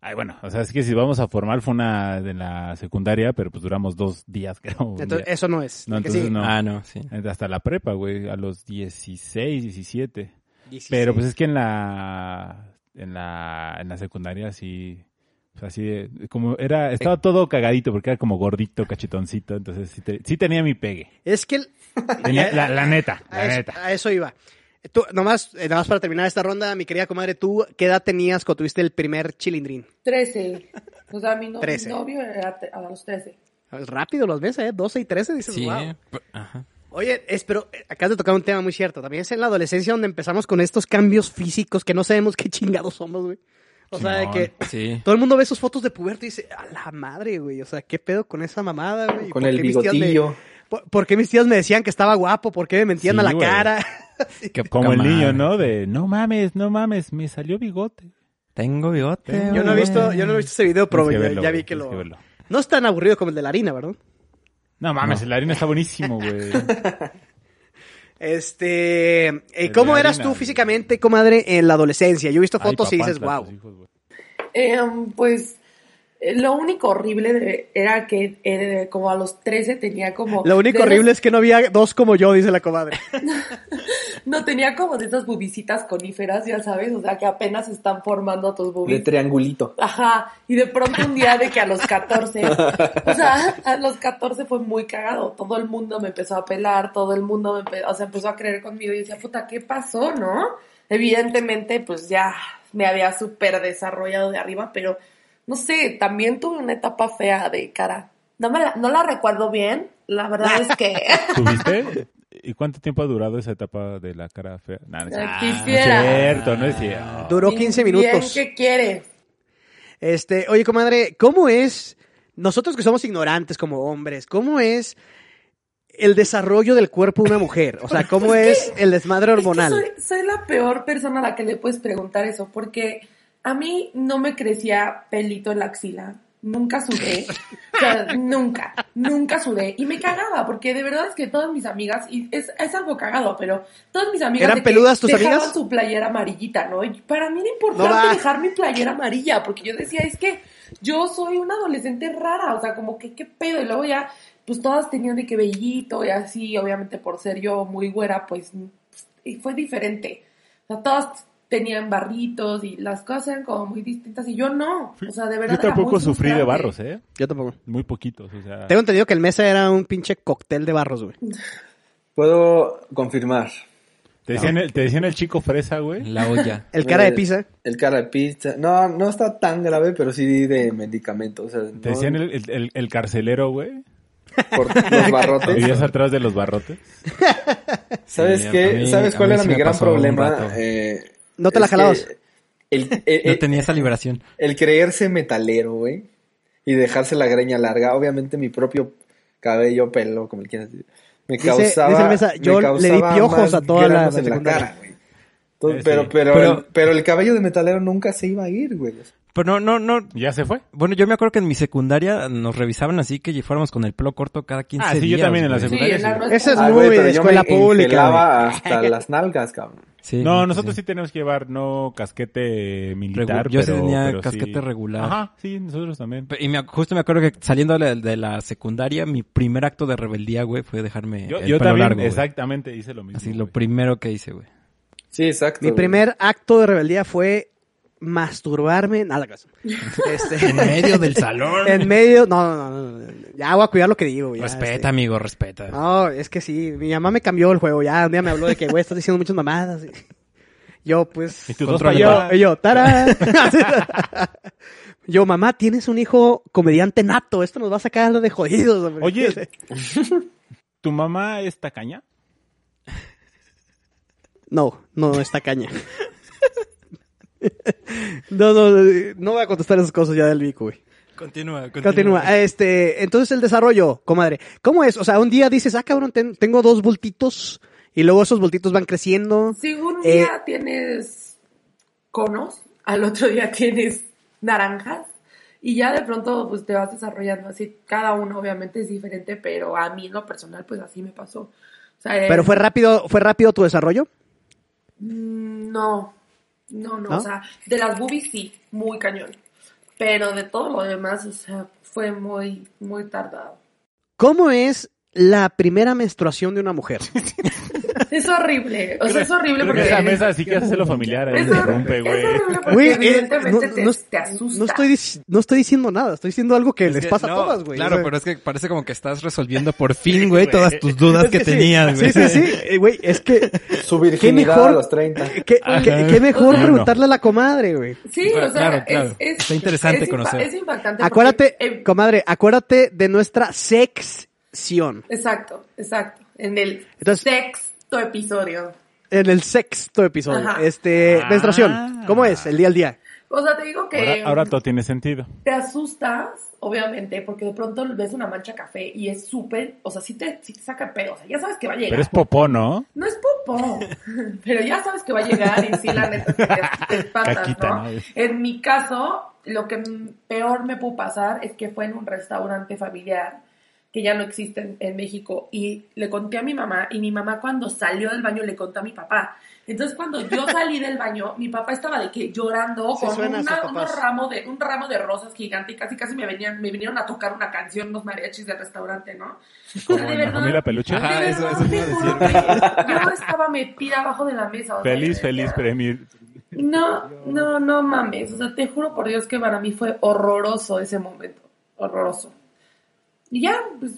Speaker 1: Ay, bueno, o sea, es que si vamos a formal fue una de la secundaria, pero pues duramos dos días, creo. un
Speaker 2: Entonces,
Speaker 1: día.
Speaker 2: eso no es.
Speaker 1: No,
Speaker 2: ¿Qué
Speaker 1: entonces
Speaker 2: sigue?
Speaker 1: No.
Speaker 3: Ah, no, sí.
Speaker 1: Hasta la prepa, güey, a los 16, 17.
Speaker 2: 16.
Speaker 1: Pero pues es que en la en la en la secundaria sí pues así de- como era
Speaker 2: Eh.
Speaker 1: estaba todo cagadito porque era como gordito, cachetoncito, entonces sí, te- sí tenía mi pegue.
Speaker 2: Es que... el-
Speaker 1: Tenía- la, la neta,
Speaker 2: A
Speaker 1: la
Speaker 2: eso,
Speaker 1: neta.
Speaker 2: a eso iba. Tú, nomás, eh, nomás para terminar esta ronda, mi querida comadre, ¿tú qué edad tenías cuando tuviste el primer chilindrín?
Speaker 4: 13. O sea, mi no-
Speaker 2: Trece.
Speaker 4: novio era te- a los 13.
Speaker 2: Rápido los ves, ¿eh? 12 y 13, dices,
Speaker 3: Sí,
Speaker 2: wow.
Speaker 3: p- ajá.
Speaker 2: Oye, es, pero eh, acabas de tocar un tema muy cierto. También es en la adolescencia donde empezamos con estos cambios físicos que no sabemos qué chingados somos, güey. O sea, de
Speaker 3: Simón,
Speaker 2: que
Speaker 3: Sí.
Speaker 2: todo el mundo ve sus fotos de puberto y dice, a la madre, güey. O sea, ¿qué pedo con esa mamada, güey?
Speaker 5: Con
Speaker 2: ¿Por
Speaker 5: el
Speaker 2: qué mis tías me-
Speaker 5: bigotillo.
Speaker 2: por, por qué mis tías me decían que estaba guapo? ¿Por qué me mentían
Speaker 1: Sí,
Speaker 2: a la
Speaker 1: güey.
Speaker 2: cara?
Speaker 3: Qué
Speaker 1: Como
Speaker 3: poca
Speaker 1: el niño,
Speaker 3: madre.
Speaker 1: ¿no? De no mames, no mames, me salió bigote.
Speaker 3: Tengo bigote.
Speaker 1: Yo
Speaker 2: Yo no he visto, yo no he visto ese video, pero
Speaker 1: Tienes
Speaker 2: ya,
Speaker 1: verlo,
Speaker 2: ya
Speaker 1: güey,
Speaker 2: vi que
Speaker 1: tienes
Speaker 2: lo...
Speaker 1: verlo.
Speaker 2: No es tan aburrido como el de la harina, ¿verdad?
Speaker 1: No mames, el harina está buenísimo, güey.
Speaker 2: Este, eh,
Speaker 1: El
Speaker 2: ¿cómo
Speaker 1: de
Speaker 2: eras
Speaker 1: harina.
Speaker 2: tú físicamente, comadre, en la adolescencia? Yo he visto
Speaker 1: Ay,
Speaker 2: fotos y dices,
Speaker 1: papantla,
Speaker 2: wow.
Speaker 1: tus hijos, güey.
Speaker 4: Em, pues eh, lo único horrible de- era que eh, como a los 13 tenía como...
Speaker 2: Lo único
Speaker 4: de
Speaker 2: horrible es que no había dos como yo, dice la comadre.
Speaker 4: esas- No, tenía como de esas bubicitas coníferas, ya sabes, o sea, que apenas están formando tus
Speaker 5: De
Speaker 4: bubis.
Speaker 5: triangulito.
Speaker 4: Ajá, y de pronto un día de que a los 14, o sea, a los 14 fue muy cagado, todo el mundo me empezó a pelar, todo el mundo me empe- o sea, empezó a creer conmigo y decía, puta, ¿qué pasó, no? Evidentemente, pues ya me había súper desarrollado de arriba, pero no sé, también tuve una etapa fea de cara. No, me la, no la recuerdo bien, la verdad es que
Speaker 1: ¿Tuviste? ¿Y cuánto tiempo ha durado esa etapa de la cara fea? Nah, no es
Speaker 2: Ah,
Speaker 1: cierto.
Speaker 4: quisiera.
Speaker 1: No es cierto, no es cierto.
Speaker 2: Duró 15 minutos.
Speaker 4: Bien, ¿qué quiere?
Speaker 2: Este, oye, comadre, ¿cómo es, nosotros que somos ignorantes como hombres, cómo es el desarrollo del cuerpo de una mujer? O sea, ¿cómo es el desmadre hormonal?
Speaker 4: Es que soy, soy la peor persona a la que le puedes preguntar eso, porque a mí no me crecía pelito en la axila. Nunca sudé, o sea, nunca, nunca sudé. Y me cagaba, porque de verdad es que todas mis amigas, y es, es algo cagado, pero todas mis amigas.
Speaker 2: ¿Eran
Speaker 4: de que
Speaker 2: peludas tus
Speaker 4: dejaban
Speaker 2: amigas?
Speaker 4: su playera amarillita, ¿no? Y para mí era
Speaker 2: No
Speaker 4: importante
Speaker 2: va.
Speaker 4: dejar mi playera amarilla, porque yo decía, es que yo soy una adolescente rara, o sea, como que qué pedo. Y luego ya, pues todas tenían de que vellito y así, obviamente por ser yo muy güera, pues y fue diferente. O sea, todas tenían barritos y las cosas eran como muy distintas y yo no. O sea, de verdad.
Speaker 1: Yo tampoco sufrí de barros,
Speaker 4: barros,
Speaker 1: ¿eh?
Speaker 2: Yo tampoco.
Speaker 1: Muy poquitos, o sea.
Speaker 2: Tengo entendido que el mesa era un pinche cóctel de barros, güey.
Speaker 5: Puedo confirmar.
Speaker 1: Te decían, el, te decían el chico fresa, güey.
Speaker 3: La olla.
Speaker 2: El cara de
Speaker 5: Eh,
Speaker 2: pizza.
Speaker 5: El cara de pizza. No, no está tan grave, pero sí de medicamentos. O sea,
Speaker 1: Te
Speaker 5: no-
Speaker 1: decían el, el- el- el carcelero, güey.
Speaker 5: por los barrotes.
Speaker 1: Vivías atrás de los barrotes.
Speaker 5: ¿Sabes
Speaker 3: Sí, a
Speaker 5: qué?
Speaker 3: mí-
Speaker 5: ¿Sabes
Speaker 3: a
Speaker 5: cuál
Speaker 3: mí
Speaker 5: era
Speaker 3: sí
Speaker 5: mi
Speaker 3: me
Speaker 5: gran
Speaker 3: pasó un
Speaker 5: problema?
Speaker 3: rato.
Speaker 5: Eh,
Speaker 2: ¿No te la
Speaker 5: es que
Speaker 2: jalabas?
Speaker 5: El, eh,
Speaker 3: No
Speaker 5: eh,
Speaker 3: tenía esa liberación.
Speaker 5: el creerse metalero, güey, y dejarse la greña larga, obviamente mi propio cabello, pelo, como le quieras decir, me
Speaker 2: Dice-
Speaker 5: causaba,
Speaker 2: dice el Mesa,
Speaker 5: me
Speaker 2: yo le di
Speaker 5: causaba
Speaker 2: piojos
Speaker 5: más
Speaker 2: a toda la-
Speaker 5: granos
Speaker 2: la
Speaker 5: en la
Speaker 2: secundaria.
Speaker 5: cara, güey. Entonces,
Speaker 1: Eh,
Speaker 5: pero,
Speaker 1: sí.
Speaker 5: pero,
Speaker 3: Pero-
Speaker 5: el, pero el cabello de metalero nunca se iba a ir, güey.
Speaker 3: Pero no, no, no.
Speaker 1: ¿Ya se fue?
Speaker 3: Bueno, yo me acuerdo que en mi secundaria nos revisaban así que fuéramos con el pelo corto cada 15
Speaker 1: Ah,
Speaker 3: días.
Speaker 1: sí, yo también en la
Speaker 3: güey.
Speaker 4: Sí,
Speaker 1: secundaria.
Speaker 4: en la
Speaker 1: sí.
Speaker 4: nuestra-
Speaker 2: Esa es
Speaker 5: Ah,
Speaker 2: muy
Speaker 5: güey, pero
Speaker 2: de
Speaker 5: yo
Speaker 2: escuela
Speaker 5: me
Speaker 2: pública. güey.
Speaker 5: engelaba hasta las nalgas, cabrón.
Speaker 3: Sí,
Speaker 1: No,
Speaker 3: sí,
Speaker 1: nosotros sí. tenemos que llevar no casquete militar.
Speaker 3: Regu- yo sí
Speaker 1: pero-
Speaker 3: tenía
Speaker 1: pero
Speaker 3: casquete regular.
Speaker 1: Ajá, sí, nosotros también.
Speaker 3: Y me, ac- justo me acuerdo que saliendo de la, de la secundaria, mi primer acto de rebeldía, güey, fue dejarme
Speaker 1: Yo,
Speaker 3: el
Speaker 1: yo
Speaker 3: pelo
Speaker 1: también
Speaker 3: largo. güey.
Speaker 1: exactamente hice lo mismo.
Speaker 3: Así lo
Speaker 1: güey.
Speaker 3: primero que hice, güey.
Speaker 5: Sí, exacto.
Speaker 2: Mi
Speaker 5: güey.
Speaker 2: primer acto de rebeldía fue masturbarme. Nada, cosa. Este,
Speaker 3: En medio del salón.
Speaker 2: en medio. No, no, no, no, no. Ya voy a cuidar lo que digo. ya,
Speaker 3: respeta,
Speaker 2: este.
Speaker 3: amigo, respeta.
Speaker 2: No, es que sí. Mi mamá me cambió el juego. Ya un día me habló de que, güey, estás diciendo muchas mamadas. Yo, pues.
Speaker 1: Y tus dos
Speaker 3: Control,
Speaker 1: papás.
Speaker 2: Yo, yo, tarán. yo, mamá, tienes un hijo comediante nato. Esto nos va a sacar de jodidos. hombre.
Speaker 1: Oye, ¿tu mamá es tacaña?
Speaker 2: No, no está caña. No, no, no, no voy a contestar esas cosas ya del Vico, güey.
Speaker 3: Continúa, continúa.
Speaker 2: Continúa. Este, entonces el desarrollo, comadre. ¿Cómo es? O sea, un día dices, ah, cabrón, ten- tengo dos bultitos y luego esos bultitos van creciendo.
Speaker 4: Si un
Speaker 2: Eh,
Speaker 4: día tienes conos, al otro día tienes naranjas y ya de pronto pues te vas desarrollando así. Cada uno obviamente es diferente, pero a mí en lo personal pues así me pasó. O sea, eh,
Speaker 2: Pero fue rápido, fue rápido tu desarrollo.
Speaker 4: mm, No, no, no,
Speaker 2: ¿No?
Speaker 4: o sea, de las boobies sí, muy cañón. Pero de todo lo demás, o sea, fue muy, muy tardado.
Speaker 2: ¿Cómo es la primera menstruación de una mujer?
Speaker 4: Es horrible, o sea, es horrible
Speaker 1: Creo que
Speaker 4: porque...
Speaker 1: esa mesa sí que hace lo familiar ahí
Speaker 4: Es,
Speaker 1: se rompe,
Speaker 4: hor- es
Speaker 1: güey.
Speaker 4: horrible porque
Speaker 2: Güey, eh,
Speaker 4: evidentemente te,
Speaker 2: no-
Speaker 4: te asusta.
Speaker 2: no estoy, dic- no estoy diciendo nada, estoy diciendo algo que
Speaker 3: Es
Speaker 2: les
Speaker 3: que
Speaker 2: pasa
Speaker 3: no,
Speaker 2: a todas, güey. O
Speaker 3: Claro,
Speaker 2: sea,
Speaker 3: pero es que parece como que estás resolviendo por fin, güey, todas tus dudas
Speaker 2: es
Speaker 3: que,
Speaker 2: sí.
Speaker 3: tenías, güey.
Speaker 2: Sí, sí, sí, eh, güey, es que
Speaker 5: Su virginidad
Speaker 2: mejor?
Speaker 5: a los 30.
Speaker 2: ¿Qué,
Speaker 3: Ajá.
Speaker 2: qué- qué mejor
Speaker 4: No, no.
Speaker 2: preguntarle a la comadre, güey?
Speaker 4: Sí,
Speaker 3: Claro,
Speaker 4: o sea,
Speaker 3: claro, claro.
Speaker 4: Es, es-
Speaker 3: Está interesante
Speaker 4: es impa-
Speaker 3: conocer.
Speaker 4: Es impactante.
Speaker 2: Acuérdate,
Speaker 4: porque, eh,
Speaker 2: comadre, acuérdate de nuestra sección.
Speaker 4: exacto, exacto. En el
Speaker 2: Entonces-
Speaker 4: sexto episodio.
Speaker 2: En el sexto episodio.
Speaker 4: Ajá.
Speaker 2: Este,
Speaker 1: Ah.
Speaker 2: menstruación. ¿Cómo es? El día al día.
Speaker 4: O sea, te digo que
Speaker 1: Ahora, ahora todo tiene sentido.
Speaker 4: te asustas, obviamente, porque de pronto ves una mancha café y es súper, o sea, sí te, sí te saca pedo. O sea, ya sabes que va a llegar.
Speaker 1: Pero es popó, ¿no?
Speaker 4: No es popó, pero ya sabes que va a llegar y sí, la neta, te, te espantas,
Speaker 1: Caquita,
Speaker 4: ¿no?
Speaker 1: ¿no?
Speaker 4: En mi caso, lo que m- peor me pudo pasar es que fue en un restaurante familiar que ya no existe en, en México y le conté a mi mamá y mi mamá cuando salió del baño le contó a mi papá. Entonces cuando yo salí del baño, mi papá estaba de que llorando
Speaker 2: Sí,
Speaker 4: con
Speaker 2: suena a
Speaker 4: una-
Speaker 2: sus papás.
Speaker 4: unos ramo de, un ramo de rosas gigante y casi casi me venían, me vinieron a tocar una canción los mariachis del restaurante, ¿no?
Speaker 1: Como
Speaker 4: O sea,
Speaker 1: en
Speaker 4: de
Speaker 1: la
Speaker 4: verdad,
Speaker 1: familia peluche.
Speaker 3: Ajá.
Speaker 4: de
Speaker 3: eso-
Speaker 4: verdad,
Speaker 3: eso
Speaker 4: te
Speaker 3: iba a
Speaker 4: juro que yo estaba metida abajo de la mesa. o sea,
Speaker 1: Feliz, feliz premio.
Speaker 4: No, no, no mames. O sea, te juro por Dios que para mí fue horroroso ese momento. Horroroso. Y ya, pues,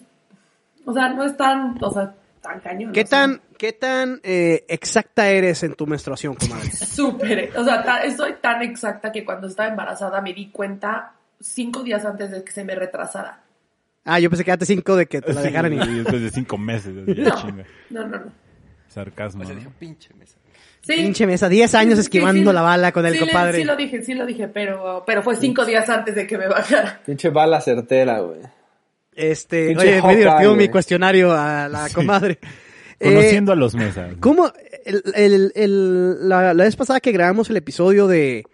Speaker 4: o sea, no es tan, o sea, tan cañón.
Speaker 2: ¿Qué
Speaker 4: o sea,
Speaker 2: tan, qué tan eh, exacta eres en tu menstruación, comadre?
Speaker 4: Súper. O sea, ta- soy tan exacta que cuando estaba embarazada me di cuenta cinco días antes de que se me retrasara.
Speaker 2: Ah, yo pensé que hace cinco de que te la dejaran
Speaker 1: Sí,
Speaker 2: y...
Speaker 1: Después de cinco meses. así, ya
Speaker 4: No,
Speaker 1: chinga.
Speaker 4: no, no, no.
Speaker 1: Sarcasmo.
Speaker 3: O sea,
Speaker 1: ¿no?
Speaker 3: Pues dijo, pinche mesa.
Speaker 4: Sí.
Speaker 2: Pinche mesa, 10 años
Speaker 4: Sí,
Speaker 2: esquivando
Speaker 4: sí, sí.
Speaker 2: la bala con el
Speaker 4: Sí, le-
Speaker 2: compadre.
Speaker 4: Sí lo dije, sí lo dije, pero, pero fue cinco días antes de que me bajara.
Speaker 5: Pinche bala certera, güey.
Speaker 3: Eh,
Speaker 2: Este,
Speaker 5: Pinche
Speaker 2: oye, muy
Speaker 5: Hawkeye,
Speaker 2: divertido mi
Speaker 5: güey.
Speaker 2: cuestionario a la comadre. Eh,
Speaker 1: Conociendo a los mesas.
Speaker 2: ¿Cómo? El, el- el- la, la vez pasada que grabamos el episodio de,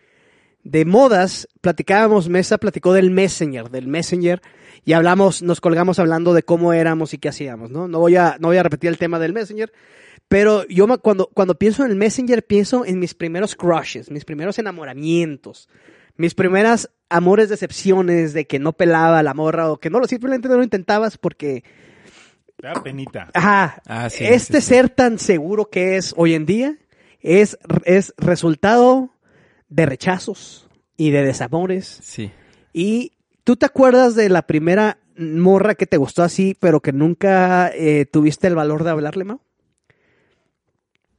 Speaker 2: de modas, platicábamos, Mesa platicó del Messenger, del Messenger, y hablamos, nos colgamos hablando de cómo éramos y qué hacíamos, ¿no? No voy a, no voy a repetir el tema del Messenger, pero yo me- cuando, cuando pienso en el Messenger, pienso en mis primeros crushes, mis primeros enamoramientos, mis primeras amores, decepciones de que no pelaba la morra o que no lo simplemente no lo intentabas porque
Speaker 1: Te da penita.
Speaker 2: Ajá.
Speaker 3: Ah, sí,
Speaker 2: este
Speaker 3: sí, sí.
Speaker 2: ser tan seguro que es hoy en día es, es resultado de rechazos y de desamores.
Speaker 3: Sí.
Speaker 2: Y tú te acuerdas de la primera morra que te gustó así, pero que nunca eh, tuviste el valor de hablarle, Mau?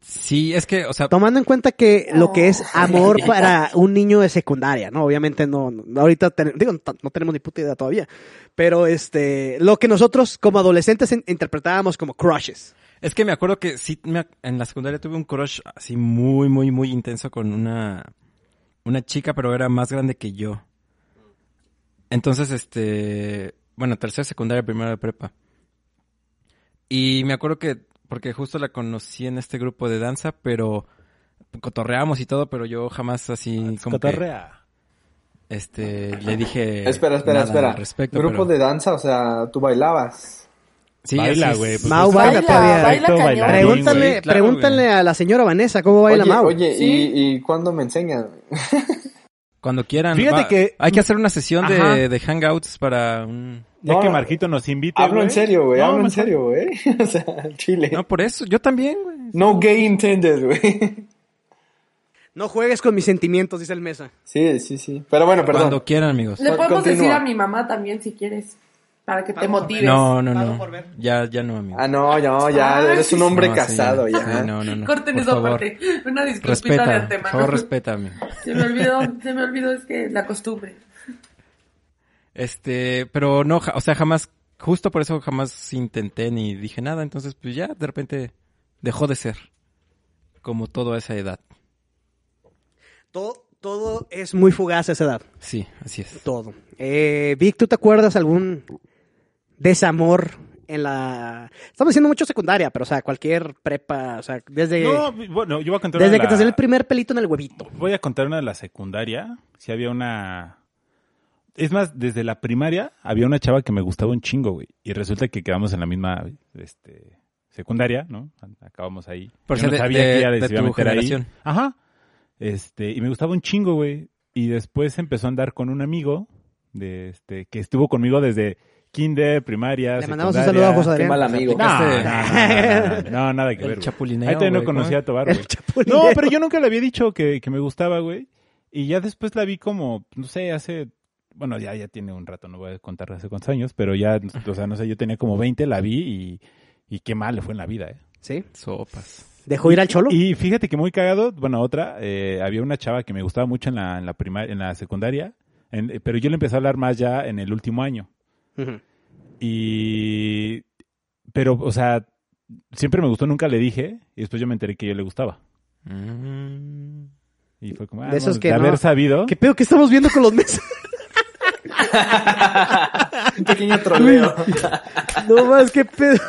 Speaker 3: Sí, es que, o sea,
Speaker 2: Tomando en cuenta que lo que es
Speaker 4: No.
Speaker 2: amor para un niño de secundaria, ¿no? Obviamente no, no- ahorita, ten- digo, no, no tenemos ni puta idea todavía, pero este, lo que nosotros como adolescentes in- interpretábamos como crushes.
Speaker 3: es que me acuerdo que sí, me ac- en la secundaria tuve un crush así muy, muy, muy intenso con una, una chica, pero era más grande que yo. Entonces, este, bueno, tercera secundaria, primero de prepa. Y me acuerdo que, porque justo la conocí en este grupo de danza,
Speaker 1: Ah,
Speaker 3: pero cotorreamos y todo, pero yo jamás así como que-
Speaker 1: Cotorrea.
Speaker 3: Este, le dije.
Speaker 5: espera, espera,
Speaker 3: nada
Speaker 5: espera.
Speaker 3: al respecto, pero-
Speaker 5: Grupo de danza, o sea, tú bailabas.
Speaker 3: Sí,
Speaker 1: baila,
Speaker 3: así es.
Speaker 1: güey. pues
Speaker 2: Mau
Speaker 1: es
Speaker 2: baila
Speaker 1: perfecto,
Speaker 2: todavía.
Speaker 4: Baila cañón.
Speaker 1: bailarín,
Speaker 2: Pregúntale,
Speaker 1: güey.
Speaker 3: claro,
Speaker 2: pregúntale a la señora Vanessa cómo baila
Speaker 5: oye,
Speaker 2: Mau.
Speaker 5: oye,
Speaker 4: Sí.
Speaker 5: ¿y, ¿y cuándo me enseñan?
Speaker 3: Cuando quieran.
Speaker 1: Fíjate
Speaker 3: va-
Speaker 1: que-
Speaker 3: Hay que hacer una sesión
Speaker 1: Ajá.
Speaker 3: de, de hangouts para un...
Speaker 1: Ya
Speaker 5: No,
Speaker 1: que Marquito nos invite,
Speaker 5: Hablo
Speaker 1: güey.
Speaker 5: en serio, güey,
Speaker 1: No,
Speaker 5: hablo en
Speaker 2: pues,
Speaker 1: mejor.
Speaker 5: serio, güey. O sea, chile.
Speaker 3: No, por eso. Yo también, güey.
Speaker 5: No gay intended, güey.
Speaker 2: No juegues con mis sentimientos, dice el Mesa.
Speaker 5: Sí, sí, sí. Pero bueno, perdón.
Speaker 3: Cuando quieran, amigos.
Speaker 4: Pues, Le
Speaker 5: Con-
Speaker 4: podemos
Speaker 5: continúa.
Speaker 4: decir a mi mamá también si quieres, para que te motives.
Speaker 3: No, no,
Speaker 2: Pago
Speaker 3: no.
Speaker 2: por ver.
Speaker 3: Ya, ya no, amigos.
Speaker 5: Ah, no, no, ya,
Speaker 4: Ah,
Speaker 5: eres un
Speaker 4: sí,
Speaker 5: hombre
Speaker 3: No, sí,
Speaker 5: casado,
Speaker 3: sí, Ah,
Speaker 5: ya.
Speaker 3: no, no, no.
Speaker 4: Corten
Speaker 3: Por
Speaker 4: esa
Speaker 3: favor.
Speaker 4: parte. Una disculpita de
Speaker 3: Respeta, por
Speaker 4: antemano.
Speaker 3: favor, respeta, amigo.
Speaker 4: se me olvidó, se me olvidó es que la costumbre.
Speaker 3: Este, pero no, ja- o sea, jamás, justo por eso jamás intenté ni dije nada, entonces pues ya de repente dejó de ser. Como todo a esa edad.
Speaker 2: Todo, todo es muy fugaz a esa edad.
Speaker 3: Sí, así es.
Speaker 2: Todo. Eh, Vic, ¿tú te acuerdas algún desamor en la. Estamos diciendo mucho secundaria, pero o sea, cualquier prepa, o sea, desde.
Speaker 1: No, bueno, yo voy a contar
Speaker 2: desde
Speaker 1: una
Speaker 2: que te
Speaker 1: de
Speaker 2: salió el
Speaker 1: la-
Speaker 2: primer pelito en el huevito.
Speaker 1: Voy a contar una de la secundaria. Si había una. Es más, desde la primaria había una chava que me gustaba un chingo, güey. Y resulta que quedamos en la misma este, secundaria, ¿no? Acabamos ahí.
Speaker 3: Por
Speaker 1: Yo
Speaker 3: ser
Speaker 1: no
Speaker 3: de-
Speaker 1: sabía
Speaker 3: de-
Speaker 1: que ella
Speaker 3: de
Speaker 1: se iba a
Speaker 3: tu
Speaker 1: meter ahí.
Speaker 3: generación.
Speaker 1: Ajá. Este, y me gustaba un chingo, güey. Y después empezó a andar con un amigo de este que estuvo conmigo desde kinder, primaria,
Speaker 2: Le mandamos un
Speaker 1: secundaria.
Speaker 2: saludo a José
Speaker 5: Qué
Speaker 2: Adrián.
Speaker 5: mal amigo.
Speaker 1: No,
Speaker 3: Este-
Speaker 1: no, no, no, no, nada que
Speaker 3: El
Speaker 1: ver. güey.
Speaker 3: chapulineo,
Speaker 1: Ahí todavía no
Speaker 3: güey,
Speaker 1: conocía a Tobar, güey. No,
Speaker 2: chapulineo.
Speaker 1: pero yo nunca le había dicho que, que me gustaba, güey. Y ya después la vi como, no sé, hace. Bueno, ya, ya tiene un rato, no voy a contar hace cuántos años, pero ya, o sea, no sé, yo tenía como 20, la vi y, y qué mal le fue en la vida, ¿eh?
Speaker 2: ¿Sí?
Speaker 3: Sopas.
Speaker 2: ¿Dejó ir al cholo?
Speaker 1: Y fíjate que muy cagado, bueno, otra, eh, había una chava que me gustaba mucho en la, en la, prima- en la secundaria, en- pero yo le empecé a hablar más ya en el último año.
Speaker 2: Ujú.
Speaker 1: Y. Pero, o sea, siempre me gustó, nunca le dije. Y después yo me enteré que yo le gustaba.
Speaker 3: Mm.
Speaker 1: Y fue como. ah,
Speaker 2: De esos
Speaker 1: bueno,
Speaker 2: que
Speaker 1: de
Speaker 2: no.
Speaker 1: haber sabido.
Speaker 2: ¿Qué pedo que estamos viendo con los mesas?
Speaker 5: Un pequeño troleo.
Speaker 2: no más, qué pedo.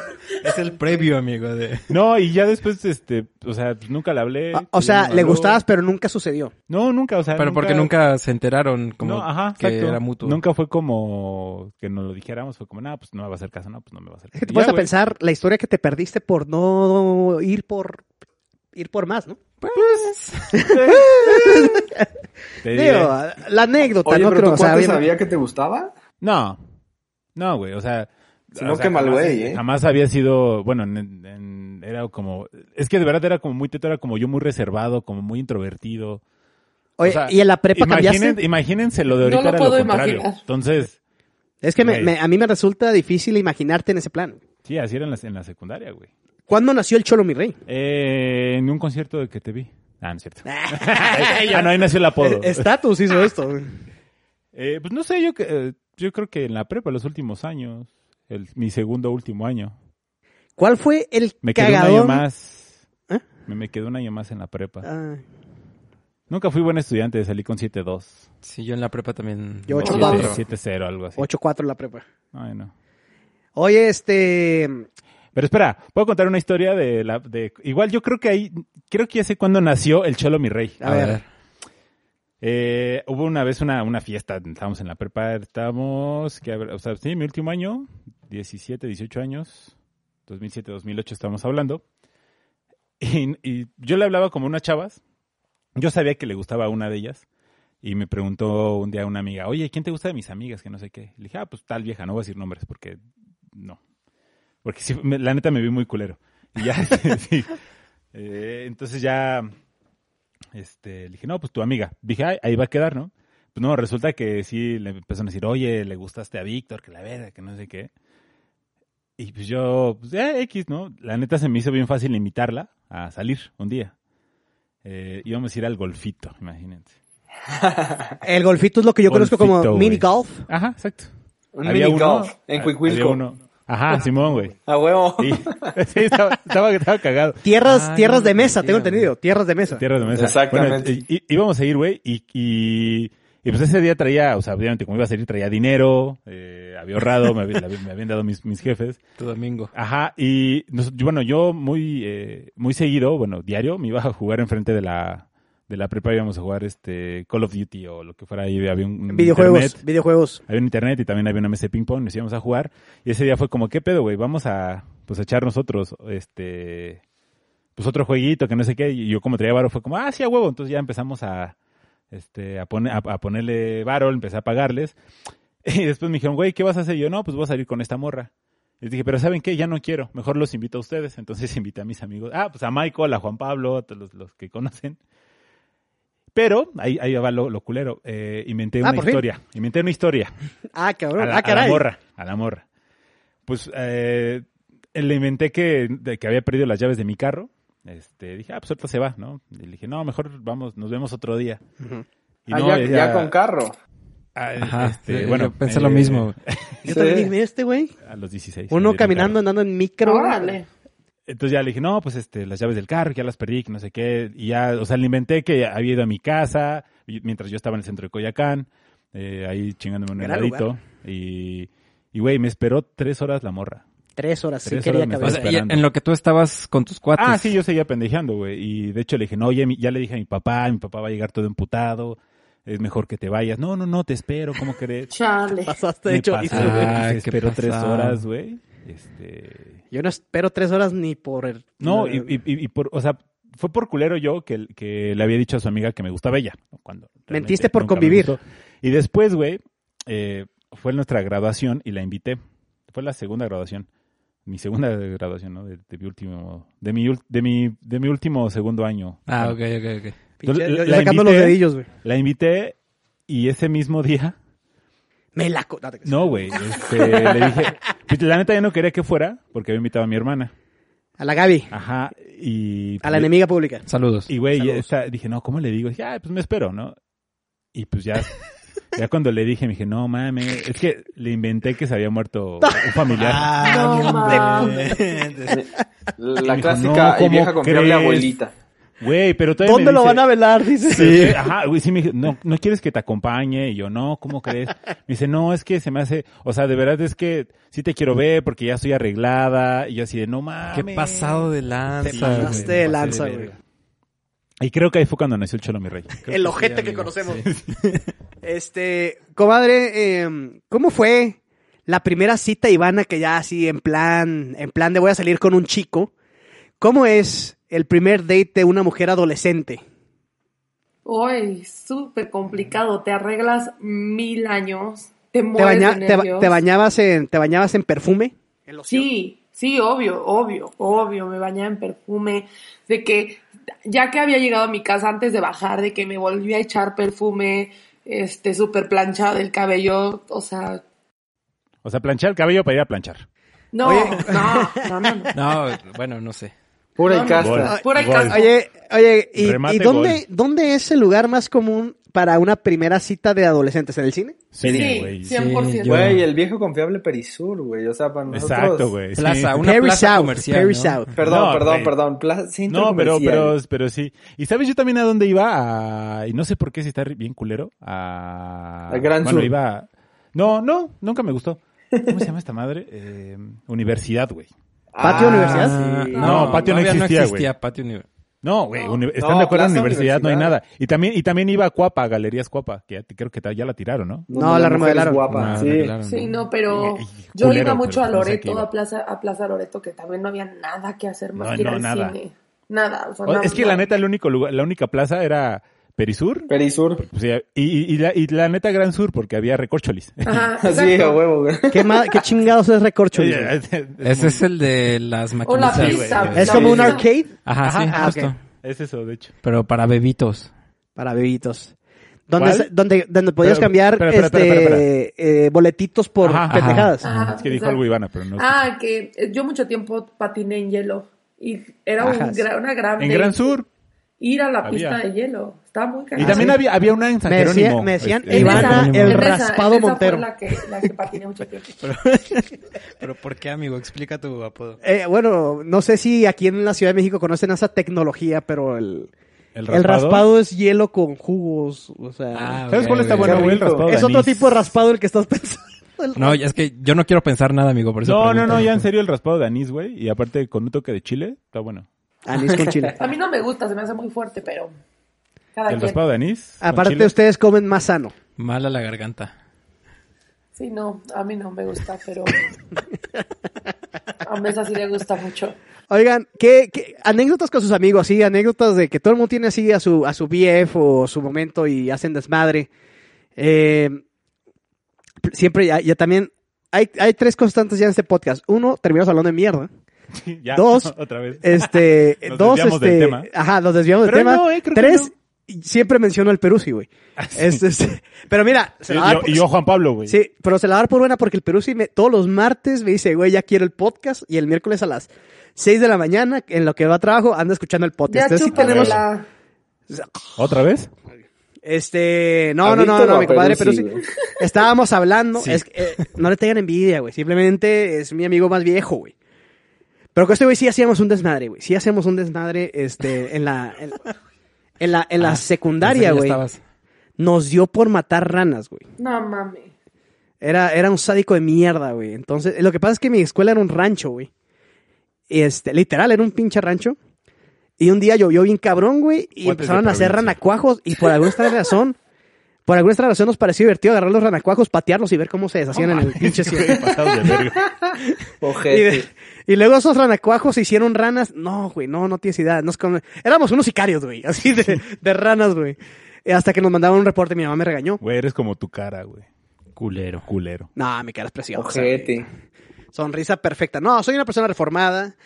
Speaker 3: Es el previo, amigo, de...
Speaker 1: No, y ya después, este. O sea, pues, nunca le hablé.
Speaker 2: Ah,
Speaker 1: ella
Speaker 2: O
Speaker 1: no
Speaker 2: sea,
Speaker 1: me
Speaker 2: le
Speaker 1: habló.
Speaker 2: gustabas, pero nunca sucedió.
Speaker 1: No, nunca, o sea.
Speaker 3: Pero porque nunca se enteraron como
Speaker 1: no, ajá,
Speaker 3: que
Speaker 1: exacto.
Speaker 3: era mutuo.
Speaker 1: Nunca fue como que nos lo dijéramos. Fue como, no, pues no me va a hacer caso, no, pues no me va a hacer
Speaker 2: Es
Speaker 1: caso.
Speaker 2: que te
Speaker 1: Y
Speaker 2: pones
Speaker 1: ya,
Speaker 2: a
Speaker 1: güey.
Speaker 2: pensar la historia que te perdiste por no ir por ir por más, ¿no? Pues,
Speaker 1: Te diré.
Speaker 2: Digo, ah. la anécdota,
Speaker 5: Oye,
Speaker 2: no
Speaker 5: pero
Speaker 2: creo,
Speaker 5: ¿tu
Speaker 2: o sea,
Speaker 5: cuate
Speaker 2: obviamente-
Speaker 5: sabía que te gustaba?
Speaker 1: No, no, güey, o sea...
Speaker 5: Si no,
Speaker 1: o sea,
Speaker 5: qué mal
Speaker 1: jamás-
Speaker 5: güey, ¿eh?
Speaker 1: Jamás había sido, bueno, en- en- era como, es que de verdad era como muy teto, era como yo muy reservado, como muy introvertido.
Speaker 2: Oye,
Speaker 1: O sea,
Speaker 2: ¿y en la prepa
Speaker 1: imaginen-
Speaker 2: cambiaste?
Speaker 1: Imagínense lo de ahorita
Speaker 4: No lo
Speaker 1: era
Speaker 4: puedo
Speaker 1: lo contrario.
Speaker 4: imaginar.
Speaker 1: Entonces,
Speaker 2: Es que me-
Speaker 1: Güey.
Speaker 2: me- a mí me resulta difícil imaginarte en ese plan.
Speaker 1: sí, así era en la, en la secundaria, güey.
Speaker 2: ¿Cuándo nació el Cholo mi rey?
Speaker 1: Eh, en un concierto de que te vi. Ah, no es cierto. ah, no, ahí nació el apodo.
Speaker 2: E, Estatus hizo esto.
Speaker 1: Eh, pues no sé, yo, que- eh, yo creo que en la prepa, los últimos años, el- mi segundo último año,
Speaker 2: ¿Cuál fue el
Speaker 1: Me quedé un año
Speaker 2: cagadón?
Speaker 1: más.
Speaker 2: ¿Eh?
Speaker 1: Me, me quedé un año más en la prepa.
Speaker 2: Ah,
Speaker 1: Nunca fui buen estudiante, salí con 7-2.
Speaker 3: Sí, yo en la prepa también.
Speaker 2: Yo
Speaker 3: me
Speaker 2: ocho
Speaker 3: quedé.
Speaker 2: cuatro.
Speaker 1: 7-0, algo así.
Speaker 2: 8-4 en la prepa.
Speaker 1: Ay, no.
Speaker 2: Oye, este...
Speaker 1: Pero espera, puedo contar una historia de la. De, igual yo creo que ahí. Creo que ya sé cuándo nació el Cholo Mi Rey.
Speaker 2: A ver.
Speaker 1: Eh, hubo una vez una, una fiesta, estábamos en la prepa, estábamos, que, a ver, o sea, sí, mi último año, 17, 18 años, 2007, 2008 estábamos hablando, y, y yo le hablaba como a unas chavas, yo sabía que le gustaba a una de ellas, y me preguntó un día una amiga, oye, ¿quién te gusta de mis amigas? Que no sé qué. Le dije, ah, pues tal vieja, no voy a decir nombres, porque no. Porque sí, me- la neta me vi muy culero. Y ya, sí. Eh, entonces ya este, le dije, no, pues tu amiga. Dije, "Ay, ahí va a quedar, ¿no? Pues no, resulta que sí, le empezaron a decir, oye, le gustaste a Víctor, que la verga, que no sé qué. Y pues yo, pues ya, X, ¿no? La neta se me hizo bien fácil invitarla a salir un día. Eh, íbamos a ir al golfito, imagínense.
Speaker 2: El golfito es lo que yo conozco como
Speaker 1: Golfito, güey.
Speaker 2: mini golf.
Speaker 1: Ajá, exacto.
Speaker 5: Un mini golf en
Speaker 1: ha-
Speaker 5: Cuicuilco.
Speaker 1: ah, había uno. Ajá, Simón, güey.
Speaker 5: A huevo.
Speaker 1: Sí, sí, estaba- estaba, estaba cagado.
Speaker 2: Tierras,
Speaker 1: Ah,
Speaker 3: Ay,
Speaker 2: tierras de
Speaker 3: no,
Speaker 2: mesa,
Speaker 3: mentira,
Speaker 2: tengo
Speaker 3: güey.
Speaker 2: entendido. Tierras de mesa.
Speaker 1: Tierra de mesa.
Speaker 5: Exactamente.
Speaker 1: Bueno, eh, í- íbamos a ir, güey, y, y, y, pues ese día traía, o sea, obviamente como iba a salir traía dinero, eh, había ahorrado, me, había- la- me habían dado mis, mis jefes.
Speaker 3: Tu domingo.
Speaker 1: Ajá, y nos- yo- bueno, yo muy, eh, muy seguido, bueno, diario, me iba a jugar enfrente de la, de la prepa íbamos a jugar este Call of Duty o lo que fuera ahí. Había un, un
Speaker 2: Videojuegos,
Speaker 1: internet.
Speaker 2: videojuegos.
Speaker 1: Había un internet y también había una mesa de ping pong, nos íbamos a jugar. Y ese día fue como, ¿qué pedo, güey? Vamos a, pues, a echar nosotros, este, pues otro jueguito que no sé qué. Y yo como traía varo fue como, ah, sí, a huevo. Entonces ya empezamos a, este, a, pone- a, a ponerle varo, empecé a pagarles. Y después me dijeron, güey, ¿qué vas a hacer? Y yo, no, pues voy a salir con esta morra. Les dije, pero ¿saben qué? Ya no quiero. Mejor los invito a ustedes. Entonces invité a mis amigos. Ah, pues a Michael, a Juan Pablo, a todos los, los que conocen. Pero, ahí, ahí va lo, lo culero. Eh, inventé
Speaker 2: Ah,
Speaker 1: una
Speaker 2: por fin.
Speaker 1: historia. Inventé una historia.
Speaker 2: Ah, cabrón.
Speaker 1: A la,
Speaker 2: ah,
Speaker 1: a la
Speaker 2: caray.
Speaker 1: morra, a la morra. Pues eh, le inventé que, de que había perdido las llaves de mi carro. Este, dije, ah, pues ahorita se va, ¿no? Y le dije, no, mejor vamos, nos vemos otro día.
Speaker 2: Ujú.
Speaker 1: Y
Speaker 5: Ah,
Speaker 1: no,
Speaker 5: ya,
Speaker 3: eh,
Speaker 1: ella-
Speaker 5: ya con carro.
Speaker 1: ah,
Speaker 3: Ajá,
Speaker 1: este,
Speaker 3: sí,
Speaker 1: bueno,
Speaker 3: yo pensé
Speaker 1: eh,
Speaker 3: lo mismo.
Speaker 2: Yo
Speaker 5: Sí.
Speaker 2: también dije, este güey.
Speaker 1: A los 16.
Speaker 2: Uno
Speaker 1: perdí mi
Speaker 2: caminando,
Speaker 1: carro.
Speaker 2: andando en micro.
Speaker 4: Órale.
Speaker 1: Entonces ya le dije, no, pues este, las llaves del carro, que ya las perdí, que no sé qué. Y ya, o sea, le inventé que había ido a mi casa y- mientras yo estaba en el centro de Coyacán, eh, ahí chingándome un
Speaker 2: Gran
Speaker 1: heladito. Y, y, güey, me esperó tres horas la morra.
Speaker 2: Tres horas, sí
Speaker 1: Tres
Speaker 2: quería
Speaker 1: horas me
Speaker 2: que
Speaker 3: O
Speaker 1: pasé.
Speaker 2: hablara.
Speaker 3: sea, y
Speaker 1: Esperando.
Speaker 3: en lo que tú estabas con tus cuates.
Speaker 1: Ah, sí, yo seguía pendejeando, güey. Y de hecho le dije, no, oye, mi- ya le dije a mi papá, mi papá va a llegar todo emputado, es mejor que te vayas. No, no, no, te espero, ¿cómo crees?
Speaker 4: Chale.
Speaker 2: Pasaste, de
Speaker 1: Me
Speaker 2: hecho.
Speaker 1: pasé,
Speaker 2: hizo-
Speaker 3: Ay, qué
Speaker 1: esperó tres
Speaker 3: pasado.
Speaker 1: horas, güey. Este...
Speaker 2: Yo no espero tres horas ni por el...
Speaker 1: No, y, y- y- y por, o sea, fue por culero yo que, que le había dicho a su amiga que me gustaba ella. ¿no? Cuando realmente
Speaker 2: Mentiste por
Speaker 1: nunca me
Speaker 2: convivir.
Speaker 1: gustó. Y después, güey, eh, fue nuestra graduación y la invité. Fue la segunda graduación. Mi segunda graduación, ¿no? De, de mi último, de mi, ul- de mi, de mi último segundo año.
Speaker 3: Ah, ok, ok, ok.
Speaker 2: Pinche-
Speaker 1: Yo-
Speaker 2: yo- yo
Speaker 1: pues, la
Speaker 2: sacando los
Speaker 1: invité.
Speaker 2: dedillos, güey.
Speaker 1: La invité y ese mismo día,
Speaker 2: Me la... co- Date que-
Speaker 1: no, güey, este, le dije, pues, la neta yo no quería que fuera porque había invitado a mi hermana.
Speaker 2: A la Gaby.
Speaker 1: Ajá, y... pues,
Speaker 2: A la enemiga pública.
Speaker 3: Saludos.
Speaker 1: Y güey,
Speaker 2: Saludos.
Speaker 1: esta- dije, no, ¿cómo le digo? Dije, ah, pues me espero, ¿no? Y pues ya, ya cuando le dije, me dije, no mames, es que le inventé que se había muerto un familiar.
Speaker 2: Ah.
Speaker 4: No, mames.
Speaker 5: La
Speaker 1: dijo,
Speaker 5: clásica
Speaker 1: "No,
Speaker 5: y vieja
Speaker 1: ¿cómo
Speaker 5: confiable
Speaker 1: crees?"
Speaker 5: abuelita.
Speaker 1: Güey, pero todavía
Speaker 2: ¿Dónde
Speaker 1: me
Speaker 2: lo
Speaker 1: dice-
Speaker 2: van a velar? Dice.
Speaker 1: Sí, ajá, güey, sí me dijo, no, ¿no quieres que te acompañe? Y yo, no, ¿cómo crees? Me dice, no, es que se me hace, o sea, de verdad es que sí te quiero ver porque ya estoy arreglada. Y yo así de, no mames.
Speaker 3: Qué pasado de lanza.
Speaker 2: Te pasaste
Speaker 3: güey.
Speaker 2: de
Speaker 3: Me pasé
Speaker 2: lanza, güey.
Speaker 3: verga.
Speaker 1: Y creo que ahí fue cuando nació el Cholo Mi Rey. Creo
Speaker 2: el
Speaker 3: que
Speaker 2: ojete
Speaker 3: sí,
Speaker 2: que
Speaker 3: amigo.
Speaker 2: conocemos. Este, comadre, eh, ¿cómo fue la primera cita, Ivana, que ya así en plan, en plan de voy a salir con un chico? ¿Cómo es el primer date de una mujer adolescente?
Speaker 4: Uy, súper complicado. Te arreglas mil años. Te
Speaker 2: ¿Te,
Speaker 4: mueres
Speaker 2: baña-
Speaker 4: de
Speaker 2: te ba-
Speaker 4: nervios.
Speaker 2: te bañabas en, te bañabas en perfume? ¿En loción?
Speaker 4: Sí, sí, obvio, obvio, obvio, me bañaba en perfume, de que ya que había llegado a mi casa antes de bajar, de que me volví a echar perfume, este, súper planchado del cabello, o sea,
Speaker 1: O sea, planchar el cabello para ir a planchar.
Speaker 4: no,
Speaker 2: Oye.
Speaker 4: no, no, no, no.
Speaker 3: No, bueno, no sé.
Speaker 5: Pura
Speaker 4: No,
Speaker 5: y
Speaker 4: no,
Speaker 5: casta.
Speaker 4: Pura y
Speaker 1: Gol.
Speaker 4: casta.
Speaker 2: Oye, oye, ¿y,
Speaker 1: Remate
Speaker 2: y
Speaker 1: gol.
Speaker 2: dónde, dónde es el lugar más común para una primera cita de adolescentes? ¿En el cine?
Speaker 4: Sí,
Speaker 1: güey.
Speaker 4: 100%.
Speaker 3: Sí, yo-
Speaker 5: Güey, el viejo confiable Perisur, güey. O sea, para nosotros...
Speaker 1: Exacto, güey. sí.
Speaker 3: Plaza, una
Speaker 2: Perry
Speaker 3: plaza
Speaker 2: South,
Speaker 3: comercial.
Speaker 2: Perry
Speaker 3: ¿no?
Speaker 2: South.
Speaker 5: Perdón,
Speaker 1: No,
Speaker 5: perdón,
Speaker 1: güey.
Speaker 5: perdón. Plaza, centro
Speaker 1: No, pero,
Speaker 5: comercial.
Speaker 1: pero, pero sí. Y sabes yo también a dónde iba, a- y no sé por qué si está bien culero, a...
Speaker 5: Al Gran
Speaker 1: bueno,
Speaker 5: Sur.
Speaker 1: iba... a- No, no, nunca me gustó. ¿Cómo se llama esta madre? Eh, universidad, güey.
Speaker 2: ¿Patio Universidad?
Speaker 3: Ah,
Speaker 5: sí.
Speaker 3: No,
Speaker 1: No, patio no
Speaker 3: todavía
Speaker 1: existía,
Speaker 3: no
Speaker 1: güey.
Speaker 3: existía patio univer-
Speaker 1: No, güey, uni- ¿están
Speaker 5: No,
Speaker 1: de acuerdo? En
Speaker 5: Plaza
Speaker 1: universidad no hay
Speaker 5: Universidad.
Speaker 1: nada. Y también, y también iba a Cuapa, a Galerías Cuapa, que ya te- creo que ta- ya la tiraron, ¿no?
Speaker 5: Donde
Speaker 2: No, la
Speaker 5: mujer es
Speaker 2: remodelaron.
Speaker 5: guapa,
Speaker 3: Ah,
Speaker 5: sí.
Speaker 3: arreglaron,
Speaker 4: Sí, no, pero
Speaker 1: Ay,
Speaker 4: yo
Speaker 1: culero,
Speaker 4: iba mucho
Speaker 1: pero
Speaker 4: a
Speaker 1: no sé qué
Speaker 4: Loreto,
Speaker 1: iba.
Speaker 4: a Plaza, a Plaza Loreto, que también no había nada que hacer más
Speaker 1: No,
Speaker 4: que ir
Speaker 1: no,
Speaker 4: al
Speaker 1: nada.
Speaker 4: cine. Nada, o sea,
Speaker 1: O-
Speaker 4: nada,
Speaker 1: es que la
Speaker 4: nada.
Speaker 1: neta, el único lugar, la única plaza era Perisur.
Speaker 5: Perisur.
Speaker 1: o sea, y, y- y la, y la neta Gran Sur, porque había recorcholis.
Speaker 4: Ajá,
Speaker 5: Sí, a
Speaker 4: exacto.
Speaker 5: huevo, güey.
Speaker 2: ¿Qué, ma- qué chingados es Recorcholis? güey?
Speaker 3: Ese es el de las
Speaker 4: O la
Speaker 3: maquinitas.
Speaker 4: pizza.
Speaker 3: güey.
Speaker 2: ¿Es
Speaker 4: la
Speaker 2: como un
Speaker 4: pizza.
Speaker 2: arcade?
Speaker 3: Ajá, sí,
Speaker 2: Ajá, ah,
Speaker 3: justo.
Speaker 2: ok.
Speaker 1: Es eso, de hecho.
Speaker 3: Pero para bebitos.
Speaker 2: Para bebitos. Donde,
Speaker 1: ¿Cuál?
Speaker 2: se- donde, donde podías
Speaker 1: Pero-
Speaker 2: cambiar
Speaker 1: espera, espera,
Speaker 2: este,
Speaker 1: espera, espera,
Speaker 2: eh, boletitos por
Speaker 1: Ajá, Ah. ajá.
Speaker 2: pendejadas.
Speaker 4: Ajá,
Speaker 1: es que dijo
Speaker 4: exacto.
Speaker 1: algo Ivana, pero no.
Speaker 4: Ah, que eh, yo mucho tiempo patiné en hielo y era un
Speaker 2: Ajás.
Speaker 4: gra- una gran
Speaker 1: en
Speaker 4: date
Speaker 1: Gran Sur.
Speaker 4: ir a la
Speaker 1: había.
Speaker 4: pista de hielo. Estaba muy
Speaker 1: Y
Speaker 4: cagado.
Speaker 1: también
Speaker 2: Ah, sí.
Speaker 1: había, había una en San
Speaker 2: Me decía-
Speaker 1: Jerónimo.
Speaker 2: me decían
Speaker 1: Este,
Speaker 4: En
Speaker 3: Iván-
Speaker 4: esa-
Speaker 3: el
Speaker 4: en esa-
Speaker 2: raspado
Speaker 4: en esa
Speaker 2: Montero.
Speaker 4: Fue la que, la que patiné mucho tiempo.
Speaker 3: Pero ¿por qué, amigo? Explica tu apodo.
Speaker 2: Eh, bueno, no sé si aquí en la Ciudad de México conocen esa tecnología, pero el,
Speaker 1: el
Speaker 2: el
Speaker 1: raspado. Ah,
Speaker 2: raspado, es hielo con jugos. O sea,
Speaker 1: ¿Sabes cuál está bueno,
Speaker 5: Qué
Speaker 1: güey? El
Speaker 5: rico.
Speaker 1: raspado de
Speaker 2: es otro
Speaker 1: anís.
Speaker 2: tipo de raspado el que estás pensando. El-
Speaker 3: No, ya es que yo no quiero pensar nada, amigo, por eso
Speaker 1: No, no,
Speaker 3: pregunto.
Speaker 1: no, ya en serio el raspado de anís, güey. Y aparte con un toque de chile, está bueno.
Speaker 2: Anís con chile.
Speaker 4: A mí no me gusta, se me hace muy fuerte, pero Cada
Speaker 1: El
Speaker 4: quien.
Speaker 1: raspado de anís. con
Speaker 2: Ah, Aparte,
Speaker 1: chile.
Speaker 2: ustedes comen más sano.
Speaker 3: Mala la garganta.
Speaker 4: Sí, no, a mí no me gusta, pero a Mesa sí le gusta mucho.
Speaker 2: Oigan, ¿qué, qué- anécdotas con sus amigos, sí, anécdotas de que todo el mundo tiene así a su, a su BF o su momento y hacen desmadre. Eh, siempre, ya, ya también, hay, hay tres constantes ya en este podcast. Uno, terminamos hablando de mierda.
Speaker 1: Ya,
Speaker 2: Dos.
Speaker 1: Otra vez.
Speaker 2: Este,
Speaker 1: Nos
Speaker 2: dos,
Speaker 1: desviamos
Speaker 2: este,
Speaker 1: del tema.
Speaker 2: ajá, nos desviamos del
Speaker 1: Pero
Speaker 2: tema.
Speaker 1: no, eh, creo que
Speaker 2: tres, siempre menciono el Perú, sí, güey. Este, este, pero mira, se
Speaker 1: Y
Speaker 2: la va a dar
Speaker 1: yo,
Speaker 2: por-
Speaker 1: y yo, Juan Pablo, güey.
Speaker 2: ah, pues, Sí, pero se la va a dar por buena porque el Perú sí me- todos los martes me dice, güey, ya quiero el podcast y el miércoles a las 6 de la mañana, en lo que va a trabajo, anda escuchando el podcast.
Speaker 4: Ya
Speaker 2: Entonces, sí tenemos-
Speaker 4: la...
Speaker 1: ¿Otra vez?
Speaker 2: Este, no, no, no,
Speaker 5: Adicto
Speaker 2: no,
Speaker 5: a
Speaker 2: mi compadre, pero
Speaker 5: Perú,
Speaker 2: sí.
Speaker 5: sí, güey.
Speaker 2: Estábamos hablando,
Speaker 3: Sí.
Speaker 2: es que, eh, no le tengan envidia, güey, simplemente es mi amigo más viejo, güey. Pero con este güey sí hacíamos un desmadre, güey. Sí hacíamos un desmadre este en la en, en la en la
Speaker 3: Ah,
Speaker 2: secundaria,
Speaker 3: pensé que
Speaker 2: güey.
Speaker 3: ya estabas.
Speaker 2: Nos dio por matar ranas, güey.
Speaker 4: No mames.
Speaker 2: Era, era un sádico de mierda, güey. Entonces, lo que pasa es que mi escuela era un rancho, güey. Este, literal, era un pinche rancho. Y un día llovió bien cabrón, güey, y
Speaker 1: Cuates de
Speaker 2: empezaron a hacer
Speaker 1: provincia.
Speaker 2: ranacuajos. Y por alguna extraña razón, por alguna extraña razón nos pareció divertido agarrar los ranacuajos, patearlos y ver cómo se deshacían en el pinche cielo.
Speaker 1: Pasados de verga.
Speaker 2: Y,
Speaker 5: Ojete.
Speaker 2: de- y luego esos ranacuajos se hicieron ranas. No, güey, no, no tienes idea. Nos come- Éramos unos sicarios, güey, así de, de ranas, güey. Eh, Hasta que nos mandaban un reporte, mi mamá me regañó.
Speaker 1: Güey, eres como tu cara, güey.
Speaker 3: Culero.
Speaker 1: Culero.
Speaker 2: No, mi cara es preciosa. güey.
Speaker 5: Ojete.
Speaker 2: Sonrisa perfecta. No, soy una persona reformada.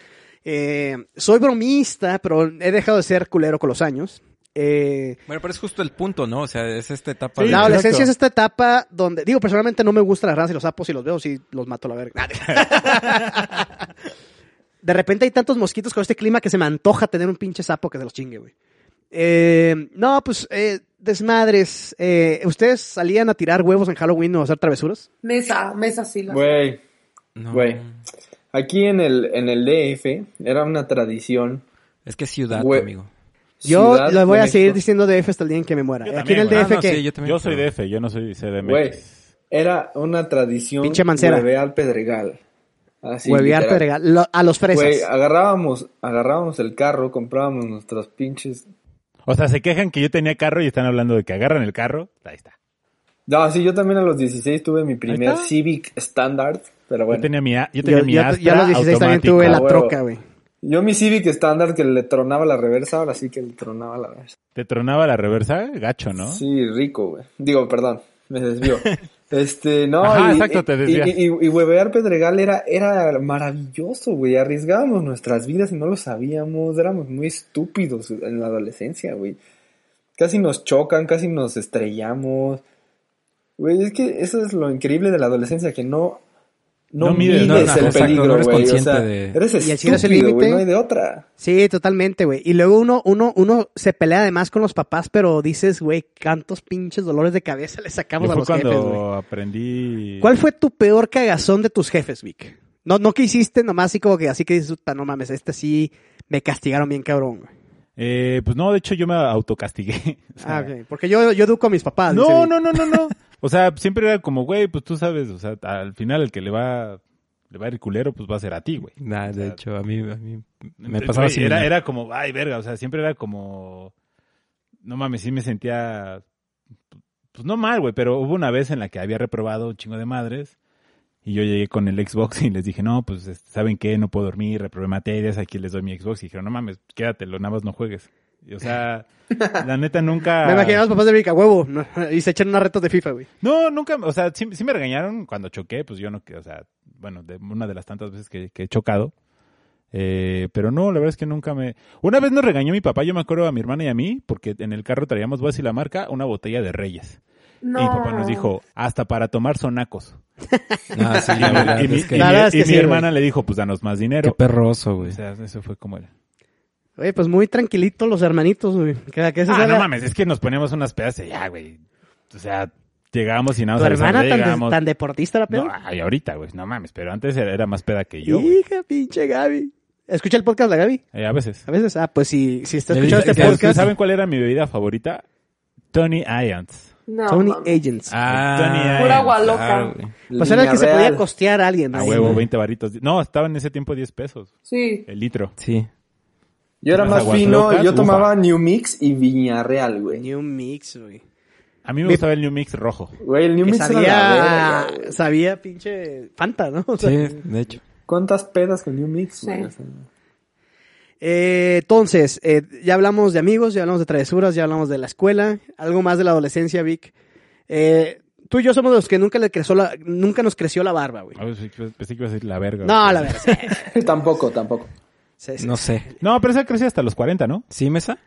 Speaker 2: Eh, soy bromista, pero he dejado de ser culero con los años. Eh,
Speaker 3: Bueno, pero es justo el punto, ¿no? O sea, es esta etapa.
Speaker 1: Sí,
Speaker 3: de-
Speaker 2: la
Speaker 1: exacto.
Speaker 2: adolescencia es esta etapa donde, digo, personalmente no me gustan las razas y los sapos y los veo, sí los mato a la verga. De repente hay tantos mosquitos con este clima que se me antoja tener un pinche sapo que se los chingue, güey. Eh, no, pues, eh, desmadres. Eh, ¿Ustedes salían a tirar huevos en Halloween o a hacer travesuras?
Speaker 4: Mesa, mesa sí la...
Speaker 5: Güey.
Speaker 3: No.
Speaker 5: Güey. Aquí en el, en el DF era una tradición.
Speaker 3: Es que es ciudad,
Speaker 5: Güey.
Speaker 3: amigo.
Speaker 2: Yo
Speaker 5: Ciudad
Speaker 2: le voy
Speaker 5: de
Speaker 2: a seguir
Speaker 5: México.
Speaker 2: diciendo DF hasta el día en que me muera.
Speaker 1: Yo
Speaker 2: Aquí
Speaker 1: también,
Speaker 2: en el
Speaker 1: güey.
Speaker 2: DF
Speaker 3: Ah, no,
Speaker 2: que...
Speaker 3: sí, yo también.
Speaker 1: Yo soy
Speaker 3: pero-
Speaker 1: DF, yo no soy CDMX.
Speaker 5: Güey, era una tradición
Speaker 2: Pinche mancera.
Speaker 5: huevear pedregal. Así,
Speaker 2: Huevear
Speaker 5: literal.
Speaker 2: pedregal. Lo- a los fresas.
Speaker 5: Güey, agarrábamos, agarrábamos el carro, comprábamos nuestras pinches...
Speaker 1: O sea, se quejan que yo tenía carro y están hablando de que agarran el carro. Ahí está.
Speaker 5: No, sí, yo también a los 16 tuve mi primer
Speaker 1: está.
Speaker 5: Civic Standard, pero bueno.
Speaker 1: Yo tenía mi, a- yo
Speaker 2: yo,
Speaker 1: tenía mi
Speaker 2: yo-
Speaker 1: Astra
Speaker 2: yo a los 16 también
Speaker 1: automática.
Speaker 2: tuve la
Speaker 5: Ah, huevo.
Speaker 2: troca, güey.
Speaker 5: Yo mi Civic Standard que le tronaba la reversa, ahora sí que le tronaba la reversa.
Speaker 1: Te tronaba la reversa, gacho, ¿no?
Speaker 5: Sí, rico, güey. Digo, perdón, me desvió. este, no.
Speaker 1: Ajá, exacto, te desvías.
Speaker 5: Y, y- y huevear Pedregal era, era maravilloso, güey. Arriesgábamos nuestras vidas y no lo sabíamos. Éramos muy estúpidos en la adolescencia, güey. Casi nos chocan, casi nos estrellamos. Güey, es que eso es lo increíble de la adolescencia, que no. No,
Speaker 1: No mides
Speaker 5: mides,
Speaker 1: nada,
Speaker 5: el
Speaker 1: exacto,
Speaker 5: peligro,
Speaker 3: no eres
Speaker 5: güey. o
Speaker 3: consciente
Speaker 5: sea,
Speaker 3: de-
Speaker 5: eres
Speaker 2: Y al chile es el
Speaker 5: estúpido, güey.
Speaker 2: límite.
Speaker 5: No hay de otra.
Speaker 2: Sí, totalmente, güey. Y luego uno, uno, uno se pelea además con los papás, pero dices, güey, cuántos pinches dolores de cabeza le
Speaker 1: Yo
Speaker 2: sacamos a
Speaker 1: fue
Speaker 2: los
Speaker 1: cuando
Speaker 2: jefes, güey.
Speaker 1: aprendí...
Speaker 2: ¿Cuál fue tu peor cagazón de tus jefes, Vic? No, no que hiciste nomás así como que así que dices, "Puta, no mames, este sí me castigaron bien cabrón, güey.
Speaker 1: Eh, pues no, de hecho yo me autocastigué. O sea,
Speaker 2: Ah, ok. Porque yo, yo educo a mis papás. Ah, dice
Speaker 1: No,
Speaker 2: Vic.
Speaker 1: no, no, no, no. O sea, siempre era como, güey, pues tú sabes, o sea, al final el que le va, le va a ir culero, pues va a ser a ti, güey.
Speaker 3: Nah, de hecho, a mí, a mí me
Speaker 1: Entonces,
Speaker 3: pasaba
Speaker 1: güey,
Speaker 3: similar.
Speaker 1: era, era como, ay, verga, o sea, siempre era como, no mames, sí me sentía, pues no mal, güey, pero hubo una vez en la que había reprobado un chingo de madres y yo llegué con el Xbox y les dije, no, pues, este, ¿saben qué? No puedo dormir, reprobé materias, aquí les doy mi Xbox y dijeron, no mames, quédatelo, nada más no juegues. Y, o sea, la neta nunca...
Speaker 2: Me imagino a los papás de Vic a huevo no, y se echan unas retas de FIFA, güey.
Speaker 1: No, nunca, o sea, sí, sí me regañaron cuando choqué, pues yo no, o sea, bueno, de una de las tantas veces que, que he chocado. Eh, pero no, la verdad es que nunca me... Una vez nos regañó mi papá, yo me acuerdo a mi hermana y a mí, porque en el carro traíamos, voy a decir la marca, una botella de Reyes.
Speaker 4: No.
Speaker 1: Y mi papá nos dijo, hasta para tomar sonacos.
Speaker 3: Ah, sí, la verdad
Speaker 1: y mi,
Speaker 3: es que...
Speaker 1: y
Speaker 2: La
Speaker 1: mi-
Speaker 2: verdad es
Speaker 1: y
Speaker 2: que
Speaker 1: mi
Speaker 2: sí, güey.
Speaker 1: hermana le dijo, pues danos más
Speaker 3: Qué
Speaker 1: dinero.
Speaker 3: perroso, güey.
Speaker 1: O sea, eso fue como el...
Speaker 2: Güey, pues muy tranquilitos los hermanitos, güey. Que, que esa
Speaker 1: Ah,
Speaker 2: era-
Speaker 1: no mames, es que nos poníamos unas pedazas y ya, güey. O sea, llegábamos y nada
Speaker 2: Tu
Speaker 1: más...
Speaker 2: hermana tan,
Speaker 1: llegábamos-
Speaker 2: tan deportista la
Speaker 1: No,
Speaker 2: pedo.
Speaker 1: ay, ahorita, güey, no mames, pero antes era, era más peda que yo, güey.
Speaker 2: Hija, pinche Gaby. ¿Escucha el podcast la Gaby?
Speaker 1: Eh, a veces.
Speaker 2: A veces, ah, pues si, si está
Speaker 3: Le
Speaker 2: escuchando
Speaker 3: dice
Speaker 2: este
Speaker 3: que-
Speaker 1: ¿Ustedes
Speaker 2: podcast,
Speaker 1: ¿Saben cuál era mi bebida favorita? Tony Ions.
Speaker 4: No,
Speaker 2: Tony
Speaker 4: mames.
Speaker 2: Agents.
Speaker 3: Ah,
Speaker 4: Pura agua
Speaker 3: claro,
Speaker 4: loca.
Speaker 3: güey.
Speaker 2: pues era el
Speaker 5: Línea
Speaker 2: que se
Speaker 5: real.
Speaker 2: podía costear a alguien.
Speaker 1: A
Speaker 2: ahí,
Speaker 1: Ah, huevo,
Speaker 2: güey.
Speaker 1: 20 varitos. No, estaba en ese tiempo 10 pesos,
Speaker 4: Sí.
Speaker 1: el litro.
Speaker 3: Sí.
Speaker 5: Yo era
Speaker 1: Las
Speaker 5: más
Speaker 1: aguas
Speaker 5: fino,
Speaker 1: locas,
Speaker 5: yo
Speaker 1: ufa.
Speaker 5: tomaba New Mix y Viña Real, güey.
Speaker 2: New Mix, güey.
Speaker 1: A mí me gustaba el New Mix rojo.
Speaker 5: Güey, el New
Speaker 2: Que
Speaker 5: Mix era la
Speaker 2: sabía,
Speaker 5: verga, güey.
Speaker 2: sabía pinche Fanta, ¿no? O sea,
Speaker 3: Sí, de hecho.
Speaker 5: ¿Cuántas pedas con New Mix, güey?
Speaker 4: Sí.
Speaker 5: O sea,
Speaker 2: eh, entonces, eh, ya hablamos de amigos, ya hablamos de travesuras, ya hablamos de la escuela, algo más de la adolescencia, Vic. Eh, tú y yo somos los que nunca, le creció la, nunca nos creció la barba, güey.
Speaker 1: A ver, sí, pues, Pensé que iba a decir la verga.
Speaker 2: No,
Speaker 1: güey.
Speaker 2: la verdad. sí,
Speaker 5: tampoco, tampoco.
Speaker 2: sí, sí.
Speaker 3: No sé.
Speaker 1: No, pero esa crece hasta los 40, ¿no?
Speaker 3: ¿Sí, Mesa?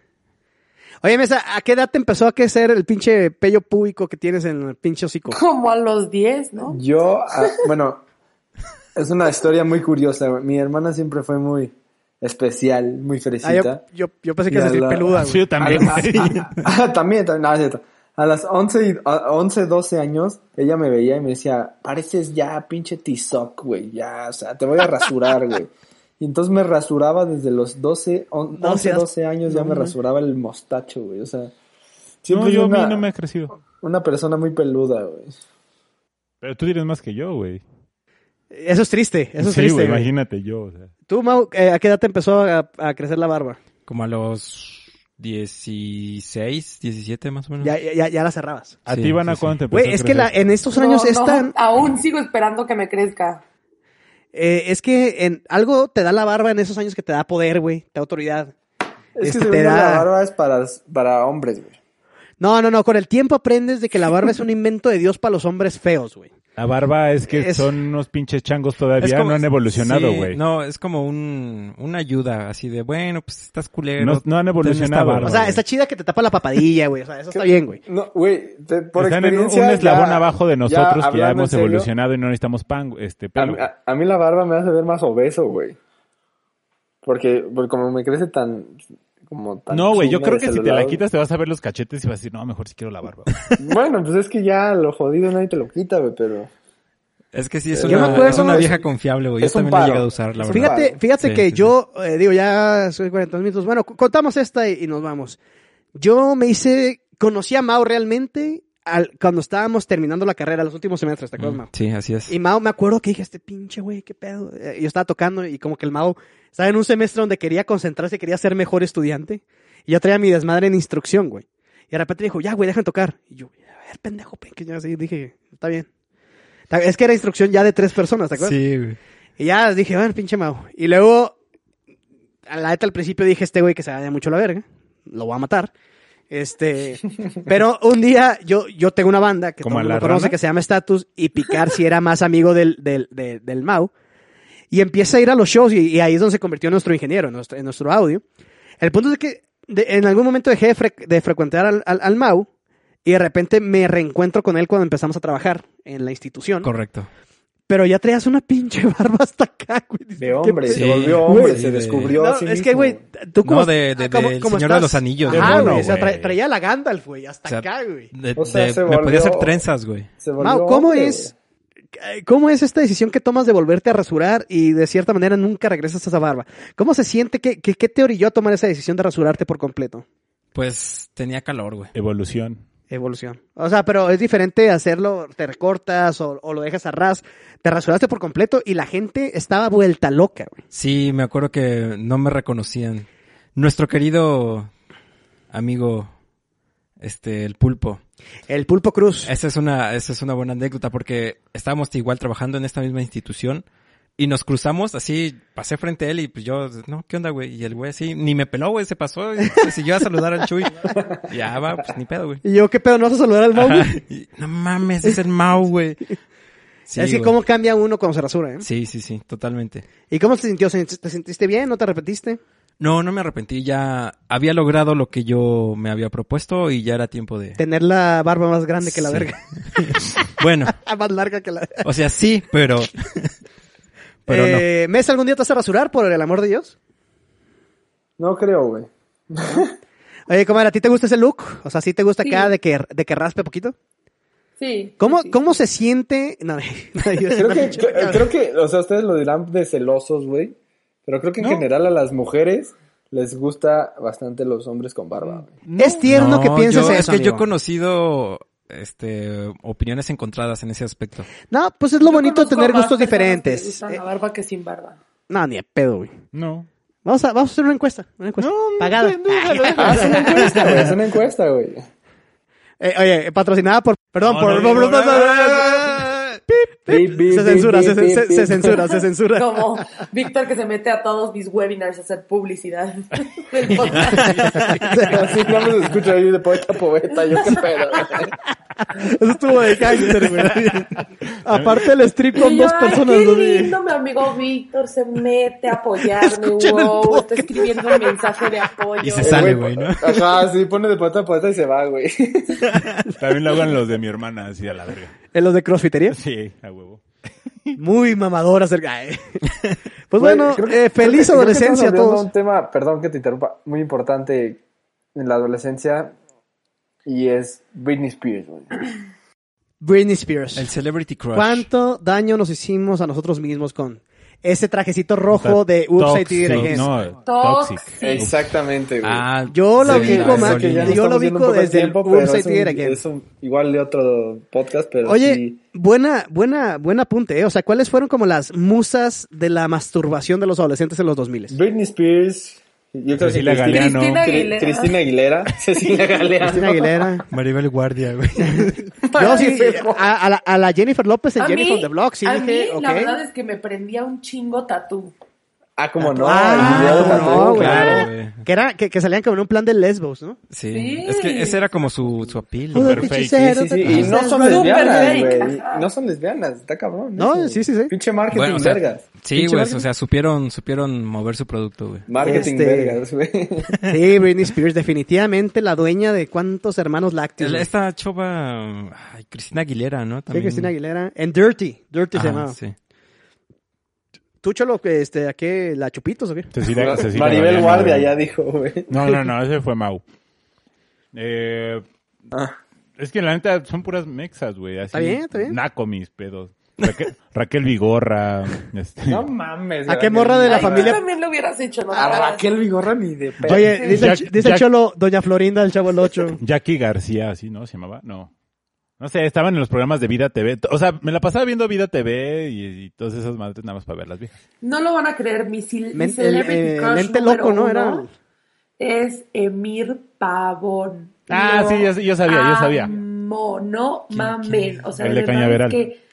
Speaker 2: Oye, Mesa, ¿a qué edad te empezó a crecer el pinche pello púbico que tienes en el pinche hocico?
Speaker 4: Como a los 10, ¿no?
Speaker 5: Yo, ah, bueno, es una historia muy curiosa, güey. Mi hermana siempre fue muy especial, muy
Speaker 2: Ah, yo,
Speaker 5: fresita.
Speaker 2: yo, yo pensé que
Speaker 5: Y
Speaker 2: ibas a
Speaker 5: a
Speaker 2: decir
Speaker 5: la-
Speaker 2: peluda,
Speaker 1: Sí,
Speaker 2: güey.
Speaker 1: yo también.
Speaker 5: A las- Ah, también, también, no, es cierto. A las 11, y- a- 11, 12 años, ella me veía y me decía, pareces ya pinche tizoc, güey, ya, o sea, te voy a rasurar, güey. Y entonces me rasuraba desde los 12, on-
Speaker 2: No
Speaker 5: 11,
Speaker 2: seas-
Speaker 5: 12 años, ya
Speaker 2: no,
Speaker 5: me
Speaker 2: güey.
Speaker 5: rasuraba el mostacho, güey, o sea.
Speaker 1: No,
Speaker 5: Siempre
Speaker 1: yo a
Speaker 5: fui una,
Speaker 1: mí no me ha crecido.
Speaker 5: una persona muy peluda, güey.
Speaker 1: Pero tú tienes más que yo, güey.
Speaker 2: Eso es triste, eso es
Speaker 1: sí,
Speaker 2: triste.
Speaker 1: güey,
Speaker 2: güey.
Speaker 1: imagínate yo. o sea.
Speaker 2: Tú, Mau, eh, ¿a qué edad te empezó a, a crecer la barba?
Speaker 3: Como a los 16, 17 más o menos.
Speaker 2: Ya, ya, ya- ya la cerrabas.
Speaker 1: ¿A
Speaker 3: Sí,
Speaker 1: ti, Ivana,
Speaker 3: sí,
Speaker 1: cuándo
Speaker 3: sí.
Speaker 1: te Mm. empezó
Speaker 2: Güey,
Speaker 1: a
Speaker 2: es que la-
Speaker 1: crecer?
Speaker 2: en estos años
Speaker 4: No,
Speaker 2: es
Speaker 4: no,
Speaker 2: tan...
Speaker 4: aún sigo esperando que me crezca.
Speaker 2: eh, es que en algo te da la barba en esos años que te da poder, güey, te da autoridad.
Speaker 5: Es
Speaker 2: Este,
Speaker 5: que según
Speaker 2: te
Speaker 5: yo,
Speaker 2: da-
Speaker 5: la barba es para, para hombres, güey.
Speaker 2: No, no, no, con el tiempo aprendes de que la barba es un invento de Dios para los hombres feos, güey.
Speaker 1: La barba es que
Speaker 2: Es-
Speaker 1: son unos pinches changos
Speaker 3: Es
Speaker 1: todavía,
Speaker 3: como-
Speaker 1: no han evolucionado,
Speaker 3: sí,
Speaker 1: güey. no,
Speaker 3: no, es como un, una ayuda así de, bueno, pues estás culero.
Speaker 1: no han
Speaker 3: ten esta
Speaker 1: evolucionado.
Speaker 3: barba.
Speaker 2: O sea,
Speaker 1: güey.
Speaker 2: está chida que te tapa la papadilla, güey, o sea, eso está bien, güey.
Speaker 5: No, güey, te- por
Speaker 1: Están en un,
Speaker 5: experiencia...
Speaker 1: un eslabón
Speaker 5: ya-
Speaker 1: abajo de nosotros que ya
Speaker 5: hablando en
Speaker 1: hemos
Speaker 5: serio,
Speaker 1: evolucionado y no necesitamos pan, este
Speaker 5: A,
Speaker 1: pelo.
Speaker 5: mí- a- a mí la barba me hace ver más obeso, güey. Porque, porque como me crece tan... Como tan
Speaker 1: no, güey, yo
Speaker 5: china
Speaker 1: creo
Speaker 5: de
Speaker 1: que si te
Speaker 5: celular.
Speaker 1: la quitas te vas a ver los cachetes y vas a decir, no, mejor si quiero la barba. güey".
Speaker 5: Bueno, pues es que ya lo jodido nadie te lo quita, güey, pero...
Speaker 3: Es que sí, es
Speaker 5: Yo
Speaker 3: una,
Speaker 2: me acuerdo-
Speaker 3: es una vieja confiable, güey. Yo
Speaker 5: es un
Speaker 3: también la he
Speaker 5: paro.
Speaker 3: llegado a usar, la verdad.
Speaker 5: Es un
Speaker 2: Fíjate,
Speaker 5: Claro.
Speaker 2: fíjate
Speaker 3: Sí,
Speaker 2: que
Speaker 3: sí, sí.
Speaker 2: yo, eh, digo, ya soy 42 minutos. Bueno, cu- contamos esta y, y nos vamos. Yo me hice, conocí a Mao realmente al- cuando estábamos terminando la carrera, los últimos semestres, ¿te acuerdas, Mao?
Speaker 3: Mm, Sí, así es.
Speaker 2: Y Mao, me acuerdo que dije, este pinche güey, qué pedo. Eh, Yo estaba tocando y como que el Mao estaba en un semestre donde quería concentrarse, quería ser mejor estudiante. Y yo traía mi desmadre en instrucción, güey. Y de repente dijo, ya, güey, déjame tocar. Y yo, a ver, pendejo, pequeño. Así dije, está bien. Ta- Es que era instrucción ya de tres personas, ¿te acuerdas?
Speaker 3: Sí, güey.
Speaker 2: Y ya dije, bueno, pinche Mau. Y luego, a la neta al principio dije, este güey que se vaya mucho a la verga, lo voy a matar. Este, pero un día yo, yo tengo una banda que todo
Speaker 1: ¿Como
Speaker 2: el
Speaker 1: a la
Speaker 2: mundo conoce
Speaker 1: rana?
Speaker 2: que se llama Status y Picar si era más amigo del, del, del, del Mau. Y empieza a ir a los shows y, y ahí es donde se convirtió en nuestro ingeniero, en nuestro, en nuestro audio. El punto es que de- en algún momento dejé de, frec- de frecuentar al, al, al Mau y de repente me reencuentro con él cuando empezamos a trabajar en la institución.
Speaker 3: Correcto.
Speaker 2: Pero ya traías una pinche barba hasta acá, güey.
Speaker 5: De
Speaker 2: ¿Qué
Speaker 5: hombre,
Speaker 2: pe-
Speaker 5: se
Speaker 3: Sí,
Speaker 5: volvió hombre,
Speaker 3: güey, de-
Speaker 5: se descubrió
Speaker 2: No,
Speaker 5: a sí
Speaker 2: es que,
Speaker 5: mismo,
Speaker 2: güey, tú como... ah,
Speaker 3: No, de- de-
Speaker 2: como-
Speaker 3: del
Speaker 2: como
Speaker 3: Señor de los Anillos,
Speaker 2: Ajá,
Speaker 1: de mono,
Speaker 2: güey, o sea, tra-
Speaker 1: güey.
Speaker 2: traía la Gandalf, güey, hasta
Speaker 3: O sea,
Speaker 2: acá, güey.
Speaker 3: De-
Speaker 5: O sea,
Speaker 3: de-
Speaker 5: se
Speaker 3: me podía hacer
Speaker 5: volvió-
Speaker 3: trenzas, güey.
Speaker 5: Se volvió
Speaker 2: Mau, ¿cómo
Speaker 5: hombre,
Speaker 2: es, Eh, ¿cómo es esta decisión que tomas de volverte a rasurar y de cierta manera nunca regresas a esa barba? ¿Cómo se siente? ¿Qué, qué, qué te orilló a tomar esa decisión de rasurarte por completo?
Speaker 3: Pues tenía calor, güey.
Speaker 1: Evolución.
Speaker 2: Evolución. O sea, pero es diferente hacerlo, te recortas o, o lo dejas a ras. Te rasuraste por completo y la gente estaba vuelta loca, güey.
Speaker 3: Sí, me acuerdo que no me reconocían. Nuestro querido amigo, este, el pulpo.
Speaker 2: El pulpo cruz.
Speaker 3: Esa es una, esa es una buena anécdota porque estábamos igual trabajando en esta misma institución y nos cruzamos así, pasé frente a él y pues yo, no, ¿qué onda, güey? Y el güey así, ni me peló, güey, se pasó y se siguió a saludar al Chuy. Ya va, pues ni pedo, güey.
Speaker 2: Y yo, ¿qué pedo? ¿No vas a saludar al Mau? güey?
Speaker 3: Ajá. Y, no mames, es el Mau, güey. Sí,
Speaker 2: es que
Speaker 3: güey.
Speaker 2: cómo cambia uno cuando se rasura, ¿eh?
Speaker 3: Sí, sí, sí, totalmente.
Speaker 2: ¿Y cómo te sintió? ¿Se- ¿Te sentiste bien? ¿No te arrepentiste?
Speaker 3: No, no me arrepentí, ya había logrado lo que yo me había propuesto y ya era tiempo de...
Speaker 2: Tener la barba más grande que la
Speaker 3: Sí.
Speaker 2: verga. Ah,
Speaker 3: Bueno,
Speaker 2: más larga que la verga.
Speaker 3: o sea, sí, pero... Pero no.
Speaker 2: eh, ¿Mesa algún día te vas a rasurar, por el amor de Dios?
Speaker 5: No creo, güey.
Speaker 2: Oye, comadre, ¿a ti te gusta ese look? O sea, ¿sí te gusta
Speaker 4: Sí.
Speaker 2: acá de que, de que raspe poquito?
Speaker 4: Sí.
Speaker 2: ¿Cómo,
Speaker 4: sí.
Speaker 2: cómo se siente? No, no, yo-
Speaker 5: Creo que, cre- creo que, o sea, ustedes lo dirán de celosos, güey. Pero creo que en
Speaker 1: No.
Speaker 5: general a las mujeres les gusta bastante los hombres con barba, güey.
Speaker 2: es tierno que
Speaker 3: No,
Speaker 2: pienses
Speaker 3: yo-
Speaker 2: eso,
Speaker 3: Es que yo
Speaker 2: amigo.
Speaker 3: he conocido este opiniones encontradas en ese aspecto.
Speaker 2: No, pues es lo
Speaker 4: Yo
Speaker 2: bonito de
Speaker 4: conozco
Speaker 2: tener
Speaker 4: más
Speaker 2: gustos Eh.
Speaker 4: personas que les
Speaker 2: diferentes.
Speaker 4: gustan
Speaker 2: Eh,
Speaker 4: la barba que sin barba.
Speaker 2: no, ni de pedo, güey.
Speaker 1: No.
Speaker 2: Vamos a, vamos a hacer una encuesta. Una encuesta. Pagada.
Speaker 5: déjalo, déjalo. Es una encuesta, güey. Es una encuesta, güey.
Speaker 2: Eh, oye, patrocinada por. Perdón,
Speaker 3: No,
Speaker 2: por.
Speaker 3: no, no, no, no,
Speaker 5: Bip, bip,
Speaker 2: Se censura,
Speaker 5: bip,
Speaker 2: se,
Speaker 5: bip,
Speaker 2: se-
Speaker 5: bip.
Speaker 2: se censura, se censura.
Speaker 4: Como Víctor que se mete a todos mis webinars a hacer publicidad del podcast.
Speaker 5: Así no me escucha ahí de poeta poeta, yo qué pedo.
Speaker 2: Eso estuvo de cáncer, güey. Aparte el strip con
Speaker 4: Y yo,
Speaker 2: dos
Speaker 4: "Ay,
Speaker 2: personas.
Speaker 4: Qué
Speaker 2: ¿no? Sí.
Speaker 4: lindo, mi amigo Víctor se mete a apoyarme.
Speaker 2: Escuchen el
Speaker 4: Wow, está
Speaker 2: podcast.
Speaker 4: escribiendo un mensaje de apoyo.
Speaker 3: Y se sale, güey, ¿no?
Speaker 5: Eh, Ajá, sí, pone de poeta poeta y se va, güey.
Speaker 2: Pues
Speaker 1: También lo hagan los de mi hermana, así a la verga.
Speaker 2: En los de crossfitería.
Speaker 1: Sí, a huevo.
Speaker 2: Muy mamadora acerca. Ay. Pues
Speaker 5: Güey,
Speaker 2: bueno,
Speaker 5: creo que-
Speaker 2: eh, feliz
Speaker 5: creo que- creo que
Speaker 2: adolescencia a
Speaker 5: estamos hablando de
Speaker 2: todos.
Speaker 5: un tema, perdón que te interrumpa, muy importante en la adolescencia y es Britney Spears, güey.
Speaker 2: Britney Spears.
Speaker 3: El Celebrity Crush.
Speaker 2: ¿Cuánto daño nos hicimos a nosotros mismos con ese trajecito rojo
Speaker 1: Está
Speaker 2: de Upside
Speaker 1: tóxico,
Speaker 2: Down?
Speaker 1: No,
Speaker 4: Toxic.
Speaker 1: toxic.
Speaker 5: Exactamente, güey.
Speaker 3: Ah,
Speaker 2: Yo la
Speaker 3: sí,
Speaker 2: ubico
Speaker 3: la
Speaker 5: es
Speaker 2: más-
Speaker 5: que
Speaker 3: Solina.
Speaker 5: ya nos
Speaker 2: yo lo
Speaker 5: estamos yendo
Speaker 2: ubico
Speaker 5: un poco de
Speaker 2: desde el
Speaker 5: tiempo, pero
Speaker 2: Upside
Speaker 5: es un-
Speaker 2: Down Again.
Speaker 5: es un- igual de otro podcast, pero
Speaker 2: Oye,
Speaker 5: sí.
Speaker 2: buena, buena, buen apunte, ¿eh? O sea, ¿cuáles fueron como las musas de la masturbación de los adolescentes en los 2000?
Speaker 5: Britney Spears, yo creo
Speaker 1: Cecilia
Speaker 5: que Cristina,
Speaker 1: Galeano.
Speaker 4: Cristina
Speaker 5: Cri-
Speaker 4: Aguilera.
Speaker 5: Cristina Aguilera, Cecilia Galeano.
Speaker 2: Cristina Aguilera.
Speaker 3: Maribel Guardia, güey.
Speaker 2: Yo sí, eh, a, a la, a la Jennifer López en
Speaker 4: A
Speaker 2: Jennifer
Speaker 4: mí,
Speaker 2: on the Block, sí
Speaker 4: a
Speaker 2: dije,
Speaker 4: mí
Speaker 2: ok.
Speaker 4: la verdad es que me prendía un chingo tatú.
Speaker 5: Ah, como no.
Speaker 2: Ah,
Speaker 5: el video de
Speaker 2: cómo
Speaker 5: Mateo,
Speaker 2: no, güey.
Speaker 3: claro,
Speaker 5: claro.
Speaker 3: güey.
Speaker 2: Que, era, que, que salían como en un plan de lesbos, ¿no?
Speaker 3: Sí.
Speaker 4: Sí.
Speaker 3: Es que ese era como su, su apil.
Speaker 1: Joder,
Speaker 3: ¿no?
Speaker 1: fake.
Speaker 5: Sí,
Speaker 2: Hechicero,
Speaker 5: sí, sí.
Speaker 2: hechicero,
Speaker 5: Y no son
Speaker 4: Súper
Speaker 5: lesbianas,
Speaker 4: fake,
Speaker 5: güey.
Speaker 4: ajá.
Speaker 5: No son lesbianas, está cabrón.
Speaker 2: No,
Speaker 5: eso.
Speaker 2: sí, sí, sí.
Speaker 5: Pinche marketing
Speaker 3: Bueno, o sea,
Speaker 5: vergas.
Speaker 3: sí,
Speaker 5: Pinche
Speaker 3: güey,
Speaker 5: marketing-
Speaker 3: o sea, supieron, supieron mover su producto, güey.
Speaker 5: Marketing
Speaker 2: Este-
Speaker 5: vergas, güey.
Speaker 2: Sí, Britney Spears, definitivamente la dueña de cuántos hermanos lácteos.
Speaker 3: El-
Speaker 2: güey.
Speaker 3: Esta chova, ay, Cristina Aguilera, ¿no?
Speaker 2: Sí,
Speaker 3: También.
Speaker 2: Cristina Aguilera. En Dirty. Dirty se
Speaker 3: Ajá,
Speaker 2: llamaba.
Speaker 3: sí.
Speaker 2: ¿Tú, Cholo, que, este, a qué? ¿La Chupitos o qué?
Speaker 1: Cecilia, Cecilia
Speaker 5: Maribel
Speaker 1: Galeano,
Speaker 5: Guardia
Speaker 1: güey.
Speaker 5: ya dijo, güey.
Speaker 1: No, no, no, ese fue Mau. Eh,
Speaker 5: Ah.
Speaker 1: Es que la neta son puras mexas, güey. así,
Speaker 2: Está bien, está bien.
Speaker 1: Naco mis pedos. Raquel, Raquel Vigorra. este,
Speaker 5: No mames.
Speaker 2: ¿A
Speaker 5: güey,
Speaker 2: qué morra de la
Speaker 4: Ay,
Speaker 2: familia? Ah,
Speaker 4: Tú también lo hubieras hecho, ¿no?
Speaker 5: A Raquel Vigorra ni de pedo.
Speaker 2: Oye, dice, el
Speaker 1: Jack-
Speaker 2: ch- dice el
Speaker 1: Jack-
Speaker 2: Cholo, Doña Florinda, el Chavo el 8.
Speaker 1: Jackie García, ¿sí, no? ¿Se llamaba? No. No sé, estaban en los programas de Vida TV. O sea, me la pasaba viendo Vida TV y, y todas esas madres nada más para ver las viejas.
Speaker 4: No lo van a creer, mi, cel- mi
Speaker 2: Men- el,
Speaker 4: celebrity
Speaker 2: eh,
Speaker 4: crush
Speaker 2: lente
Speaker 4: número
Speaker 2: loco, ¿no?
Speaker 4: uno
Speaker 2: Era-
Speaker 4: Es Emir Pavón.
Speaker 1: Ah, sí, yo- yo sabía, yo sabía.
Speaker 4: amo, no mamen. O sea,
Speaker 1: El
Speaker 4: de
Speaker 1: de
Speaker 4: verdad
Speaker 1: Cañaveral.
Speaker 4: es que...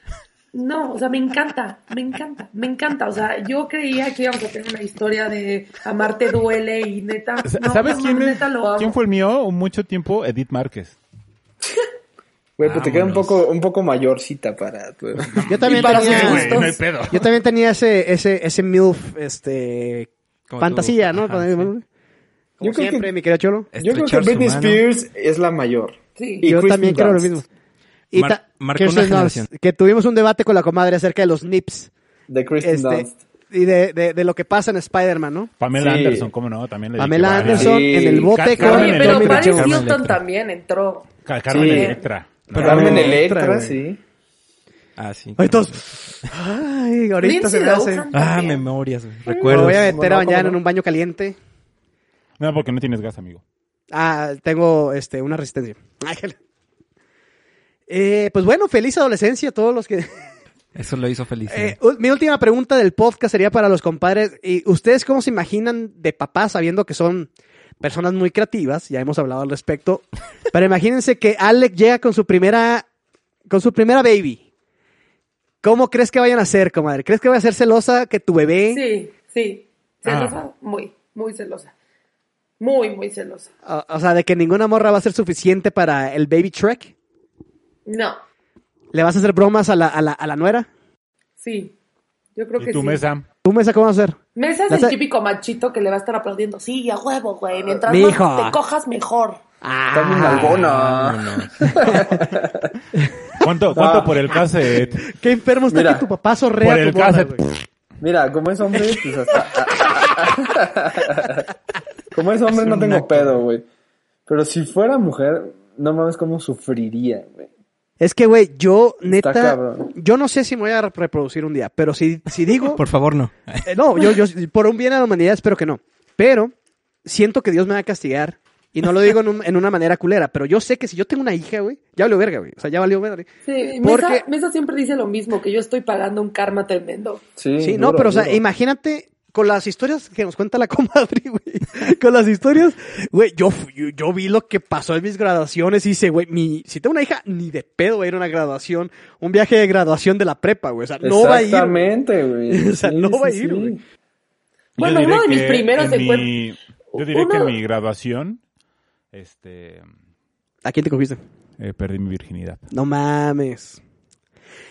Speaker 4: No, o sea, me encanta, me encanta, me encanta. O sea, yo creía que íbamos a tener una historia de amarte duele y neta.
Speaker 1: Sa-
Speaker 4: no,
Speaker 1: ¿Sabes
Speaker 4: no,
Speaker 1: quién,
Speaker 4: no,
Speaker 1: es-
Speaker 4: neta lo amo.
Speaker 1: quién fue el mío? Mucho tiempo, Edith Márquez.
Speaker 5: Güey, pues te queda un
Speaker 3: Vámonos.
Speaker 5: poco, un poco mayorcita para tu...
Speaker 2: Yo también
Speaker 4: para
Speaker 2: tenía...
Speaker 4: sus gustos.
Speaker 1: hay pedo.
Speaker 2: Yo también tenía ese, ese, ese MILF, este,
Speaker 3: Como
Speaker 2: fantasía,
Speaker 3: tú.
Speaker 2: ¿no?
Speaker 3: Ajá,
Speaker 2: Como
Speaker 5: Yo creo que-
Speaker 2: siempre, mi querido Cholo.
Speaker 3: sí.
Speaker 5: Yo creo que
Speaker 3: Estrechar su
Speaker 5: Britney
Speaker 3: mano.
Speaker 5: Spears es la mayor.
Speaker 4: Sí.
Speaker 5: Y
Speaker 2: yo
Speaker 5: Kristen
Speaker 2: también creo lo
Speaker 5: Dunst.
Speaker 2: mismo. Y
Speaker 3: Mar-
Speaker 2: ta-
Speaker 3: marcó
Speaker 2: Kirsten
Speaker 3: una
Speaker 2: Dunst,
Speaker 3: generación.
Speaker 2: que tuvimos un debate con la comadre acerca de los nips.
Speaker 5: De Kristen
Speaker 2: Este,
Speaker 5: Dunst.
Speaker 2: y de, de, de lo que pasa en Spider-man, ¿no?
Speaker 1: Pamela
Speaker 5: Sí.
Speaker 1: Anderson, ¿cómo no? También le dije,
Speaker 2: Pamela
Speaker 1: vaya.
Speaker 2: Anderson
Speaker 5: Sí.
Speaker 2: en el
Speaker 1: Ca- Carmen
Speaker 2: bote
Speaker 4: Oye,
Speaker 2: con
Speaker 1: Electra.
Speaker 4: pero
Speaker 2: Tommy Lee
Speaker 4: Paris
Speaker 2: Jones.
Speaker 3: Carmen
Speaker 4: Hilton
Speaker 3: Electra.
Speaker 4: también entró.
Speaker 1: Ca- Carmen
Speaker 5: Sí.
Speaker 1: Electra. No,
Speaker 2: Pero-
Speaker 5: Carmen
Speaker 2: Ah,
Speaker 5: Electra,
Speaker 2: güey.
Speaker 5: sí.
Speaker 3: Ah, sí.
Speaker 2: Oye, todos- Ay, ahorita se
Speaker 4: Lindsay
Speaker 2: me hace.
Speaker 4: Lohan
Speaker 3: Ah,
Speaker 4: también.
Speaker 3: memorias, güey.
Speaker 2: Me
Speaker 3: Recuerdos.
Speaker 2: voy a meter a
Speaker 5: ¿Cómo no?
Speaker 2: bañar
Speaker 5: ¿Cómo
Speaker 2: en
Speaker 5: no?
Speaker 2: un baño caliente.
Speaker 1: no, porque no tienes gas, amigo.
Speaker 2: Ah, tengo este, una resistencia. Ay, jale. Eh, pues bueno, feliz adolescencia a todos los que...
Speaker 3: Eso lo hizo feliz.
Speaker 2: Eh, u- mi última pregunta del podcast sería para los compadres. ¿Y ustedes cómo se imaginan de papás sabiendo que son personas muy creativas? Ya hemos hablado al respecto. Pero imagínense que Alec llega con su primera, con su primera baby. ¿Cómo crees que vayan a ser, comadre? ¿Crees que va a ser celosa que tu bebé?
Speaker 4: Sí, sí. Celosa,
Speaker 2: Ah.
Speaker 4: muy, muy celosa. Muy, muy celosa.
Speaker 2: O, o sea, de que ninguna morra va a ser suficiente para el baby Trek.
Speaker 4: No,
Speaker 2: ¿Le vas a hacer bromas a la, a la, a la nuera?
Speaker 4: sí. Yo creo
Speaker 1: ¿Y
Speaker 4: que
Speaker 1: tu
Speaker 4: sí.
Speaker 1: mesa?
Speaker 2: ¿Tú, Mesa, cómo vas a hacer?
Speaker 4: Mesa es
Speaker 2: La
Speaker 4: el
Speaker 2: se-
Speaker 4: típico machito que le va a estar aplaudiendo. Sí, a huevo, güey. Mientras
Speaker 2: Ah, Mi
Speaker 4: más
Speaker 2: hijo.
Speaker 4: te cojas, mejor.
Speaker 5: Está bien
Speaker 3: Ah,
Speaker 5: nalgona.
Speaker 3: no, no.
Speaker 1: ¿Cuánto, cuánto
Speaker 5: No.
Speaker 1: por el cassette?
Speaker 2: Qué enfermo está
Speaker 5: Mira,
Speaker 2: que tu papá sorrea
Speaker 1: por
Speaker 2: a tu
Speaker 1: el
Speaker 2: morra,
Speaker 1: cassette.
Speaker 2: güey.
Speaker 5: Mira, como es hombre, pues hasta... como es hombre no tengo pedo, güey. Pero si fuera mujer, no mames cómo sufriría, güey.
Speaker 2: Es que, güey, yo neta,
Speaker 5: cabrón.
Speaker 2: yo no sé si me voy a reproducir un día, pero si, si digo,
Speaker 3: Por favor, no.
Speaker 2: eh, no, yo, yo, por un bien a la humanidad espero que no, pero siento que Dios me va a castigar y no lo digo en, un- en una manera culera, pero yo sé que si yo tengo una hija, güey, ya valió verga, güey, o sea, ya valió verga.
Speaker 4: Sí,
Speaker 2: Porque-
Speaker 4: Mesa, Mesa siempre dice lo mismo, que yo estoy pagando un karma tremendo.
Speaker 5: Sí,
Speaker 2: Sí, no,
Speaker 5: duro,
Speaker 2: pero, o sea,
Speaker 5: duro.
Speaker 2: imagínate con las historias que nos cuenta la comadre, güey. Con las historias, güey, yo, fui- yo, yo vi lo que pasó en mis graduaciones y dice, güey, mi, si tengo una hija, ni de pedo va a ir a una graduación, un viaje de graduación de la prepa, güey. O sea, no va a ir.
Speaker 5: Exactamente, güey.
Speaker 2: O sea, no va a ir, güey.
Speaker 1: Yo
Speaker 4: Bueno,
Speaker 1: diré
Speaker 4: uno de mis
Speaker 1: que
Speaker 4: primeros
Speaker 1: en
Speaker 4: encuent-
Speaker 1: mi- Yo diría que en
Speaker 4: Uno-
Speaker 1: mi graduación, este,
Speaker 2: ¿A quién te cogiste?
Speaker 1: eh, perdí mi virginidad.
Speaker 2: No mames.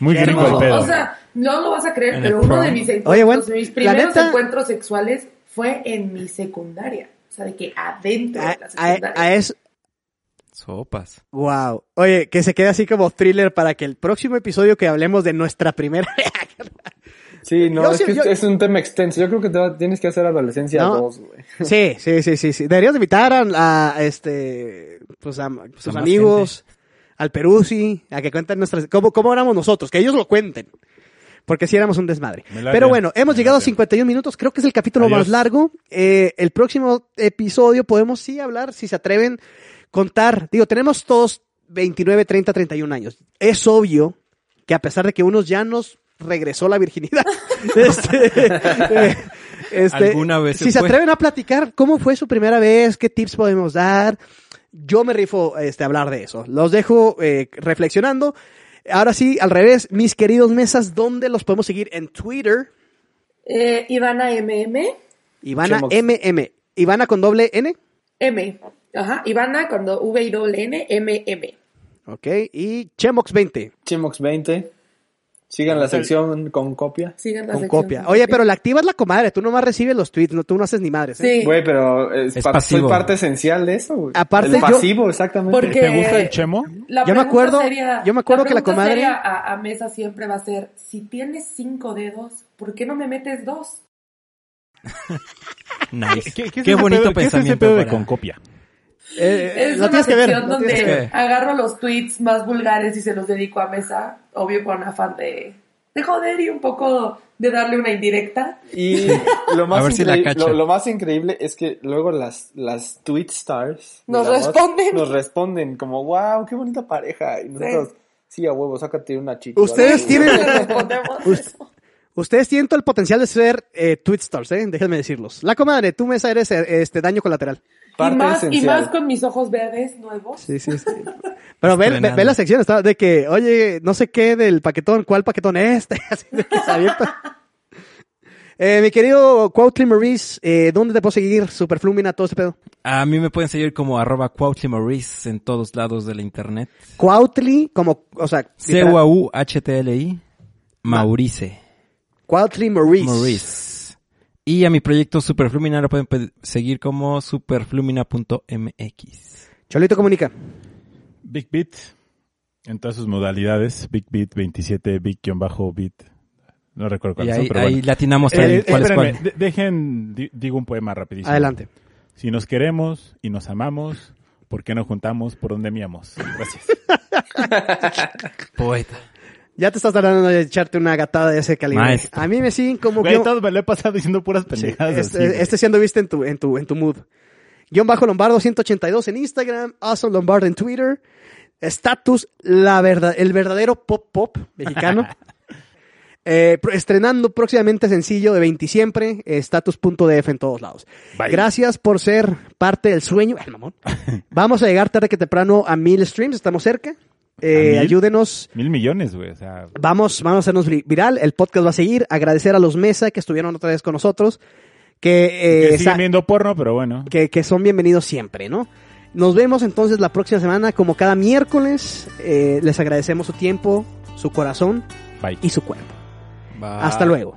Speaker 1: Muy
Speaker 2: Qué
Speaker 1: rico el
Speaker 2: hermoso.
Speaker 1: pedo.
Speaker 4: O sea, no lo vas a creer,
Speaker 3: En
Speaker 4: pero
Speaker 3: el
Speaker 4: uno
Speaker 3: prom.
Speaker 4: de mis encuentros,
Speaker 2: Oye, bueno,
Speaker 4: mis
Speaker 2: la
Speaker 4: primeros
Speaker 2: neta-
Speaker 4: encuentros sexuales fue en mi secundaria. O sea, de que adentro
Speaker 2: A,
Speaker 4: de la
Speaker 2: a,
Speaker 4: secundaria.
Speaker 2: a eso,
Speaker 3: Sopas.
Speaker 2: wow. Oye, que se quede así como thriller para que el próximo episodio que hablemos de nuestra primera
Speaker 5: Sí, no,
Speaker 2: Yo
Speaker 5: es
Speaker 2: sí-
Speaker 5: que
Speaker 2: yo-
Speaker 5: es un tema extenso. Yo creo que te va- tienes que hacer adolescencia
Speaker 2: No.
Speaker 5: 2, güey.
Speaker 2: Sí, sí, sí, sí, sí. Deberías invitar a, a, este, pues a tus
Speaker 3: más
Speaker 2: amigos, al Peruzzi, a que cuenten nuestras, cómo, cómo éramos nosotros, que ellos lo cuenten. Porque si éramos un desmadre.
Speaker 1: Me late,
Speaker 2: Pero bueno, hemos
Speaker 1: me
Speaker 2: llegado a
Speaker 1: late.
Speaker 2: 51 minutos, creo que es el capítulo
Speaker 1: Adiós.
Speaker 2: más largo. Eh, el próximo episodio podemos sí hablar, si se atreven, contar. Digo, tenemos todos 29, 30, 31 años. Es obvio que a pesar de que unos ya nos regresó la virginidad. este, eh, este,
Speaker 3: Alguna vez se
Speaker 2: Si se
Speaker 3: fue.
Speaker 2: atreven a platicar cómo fue su primera vez, qué tips podemos dar. Yo me rifo este, a hablar de eso. Los dejo eh, reflexionando. Ahora sí, al revés, mis queridos mesas, ¿dónde los podemos seguir? En Twitter,
Speaker 4: Eh, Ivana MM.
Speaker 2: Ivana
Speaker 5: Chemos.
Speaker 2: MM. Ivana con doble N.
Speaker 4: M. Ajá, Ivana cuando V I doble N M M.
Speaker 2: Ok. Y Chemox20.
Speaker 5: Chimox 20. Sigan la sección con copia.
Speaker 4: Sigan la
Speaker 2: Con
Speaker 4: sección.
Speaker 2: copia. Oye, pero la activas la comadre. Tú nomás recibes los tweets, no, tú no haces ni madres. ¿eh?
Speaker 4: Sí.
Speaker 5: Güey, pero es
Speaker 3: Es
Speaker 5: pa- soy
Speaker 3: pasivo.
Speaker 5: parte esencial de eso, güey.
Speaker 2: Aparte,
Speaker 5: El
Speaker 2: yo-
Speaker 5: pasivo, exactamente.
Speaker 4: Porque-
Speaker 1: ¿Te gusta el chemo?
Speaker 4: La
Speaker 2: Yo me
Speaker 4: pregunta
Speaker 2: acuerdo-
Speaker 4: seria-
Speaker 2: yo me acuerdo que la
Speaker 4: pregunta
Speaker 2: comadre-
Speaker 4: seria a, a mesa siempre va a ser, si tienes cinco dedos, ¿por qué no me metes dos?
Speaker 3: Nice. Qué,
Speaker 1: ¿Qué, qué es ese
Speaker 3: bonito
Speaker 1: pedo- ¿Qué es ese
Speaker 3: pensamiento.
Speaker 1: pedo de
Speaker 3: para-
Speaker 1: concopia?
Speaker 2: Eh, eh,
Speaker 4: Es
Speaker 2: lo
Speaker 4: una
Speaker 2: tienes que
Speaker 4: sección
Speaker 2: ver. lo
Speaker 4: donde
Speaker 2: tienes que ver.
Speaker 3: ver.
Speaker 4: agarro los tweets más vulgares y se los dedico a mesa, obvio con afán de, de joder y un poco de darle una indirecta.
Speaker 5: Y lo más,
Speaker 3: A ver si la
Speaker 5: increíble-
Speaker 3: cacha.
Speaker 5: lo, lo más increíble es que luego las, las tweet stars de
Speaker 4: Nos
Speaker 5: la voz
Speaker 4: responden.
Speaker 5: Nos responden como, wow, qué bonita pareja. Y nosotros, sí, a huevo, sácate una chica.
Speaker 2: Ustedes tienen,
Speaker 4: Le respondemos eso.
Speaker 2: ustedes tienen todo el potencial de ser eh, tweet stars, ¿eh? déjenme decirlos. La comadre, tú mesa eres eh, este daño colateral.
Speaker 4: Y
Speaker 5: Parte
Speaker 4: más, y
Speaker 5: esencial.
Speaker 4: más con mis ojos verdes nuevos.
Speaker 2: Sí, sí, sí. Pero ve, ve,
Speaker 3: Estrenando.
Speaker 2: ve la sección, está de que, oye, no sé qué del paquetón, ¿cuál paquetón es este? Así de que se avienta. Eh, mi querido Cuautli Maurice, eh, ¿dónde te puedo seguir? Superflumina, todo ese pedo.
Speaker 3: A mí me pueden seguir como arroba cuautlimoris en todos lados de la internet.
Speaker 2: Cuautli, como, o sea, literal,
Speaker 3: C-U-A-U-H-T-L-I. Maurice.
Speaker 2: Cuautli Maurice.
Speaker 3: Maurice. Y a mi proyecto Superflumina lo pueden pe- seguir como superflumina.mx.
Speaker 2: Cholito comunica.
Speaker 1: Big Beat, en todas sus modalidades. Big Beat 27, Big-Beat. No recuerdo
Speaker 3: Y
Speaker 1: cuáles son,
Speaker 3: ahí,
Speaker 1: pero
Speaker 3: ahí
Speaker 1: bueno.
Speaker 3: latinamos
Speaker 1: Eh,
Speaker 3: ahí cuál es
Speaker 1: espérenme,
Speaker 3: cuál.
Speaker 1: de- dejen, di- digo un poema rapidísimo.
Speaker 2: Adelante.
Speaker 1: Si nos queremos y nos amamos, ¿por qué no juntamos por donde miamos? Gracias.
Speaker 3: Poeta.
Speaker 2: Ya te estás tardando de echarte una gatada de ese calibre.
Speaker 3: Maestro.
Speaker 2: A mí me siguen como
Speaker 1: Güey,
Speaker 2: guión-
Speaker 1: todo me lo he pasado diciendo puras
Speaker 2: Sí,
Speaker 1: pendejadas. así,
Speaker 2: este,
Speaker 1: güey.
Speaker 2: este siendo viste en tu, en tu, en tu mood. Guión bajo Lombardo 182 en Instagram, Awesome Lombardo en Twitter. Status, la verdad, el verdadero pop pop mexicano. Eh, pro- estrenando próximamente sencillo de 20 siempre, eh, status.df en todos lados.
Speaker 1: Bye.
Speaker 2: Gracias por ser parte del sueño. Ay, mamón. Vamos a llegar tarde que temprano a mil streams, estamos cerca. Eh,
Speaker 1: mil?
Speaker 2: ayúdenos.
Speaker 1: Mil millones, güey. O sea,
Speaker 2: Vamos, vamos a hacernos vi- viral. El podcast va a seguir. Agradecer a los Mesa que estuvieron otra vez con nosotros. Que, eh,
Speaker 1: que
Speaker 2: sa-
Speaker 1: siguen viendo porno, pero bueno.
Speaker 2: que, que son bienvenidos siempre, ¿no? Nos vemos entonces la próxima semana, como cada miércoles. Eh, les agradecemos su tiempo, su corazón
Speaker 1: Bye.
Speaker 2: y su cuerpo.
Speaker 3: Bye.
Speaker 2: Hasta luego.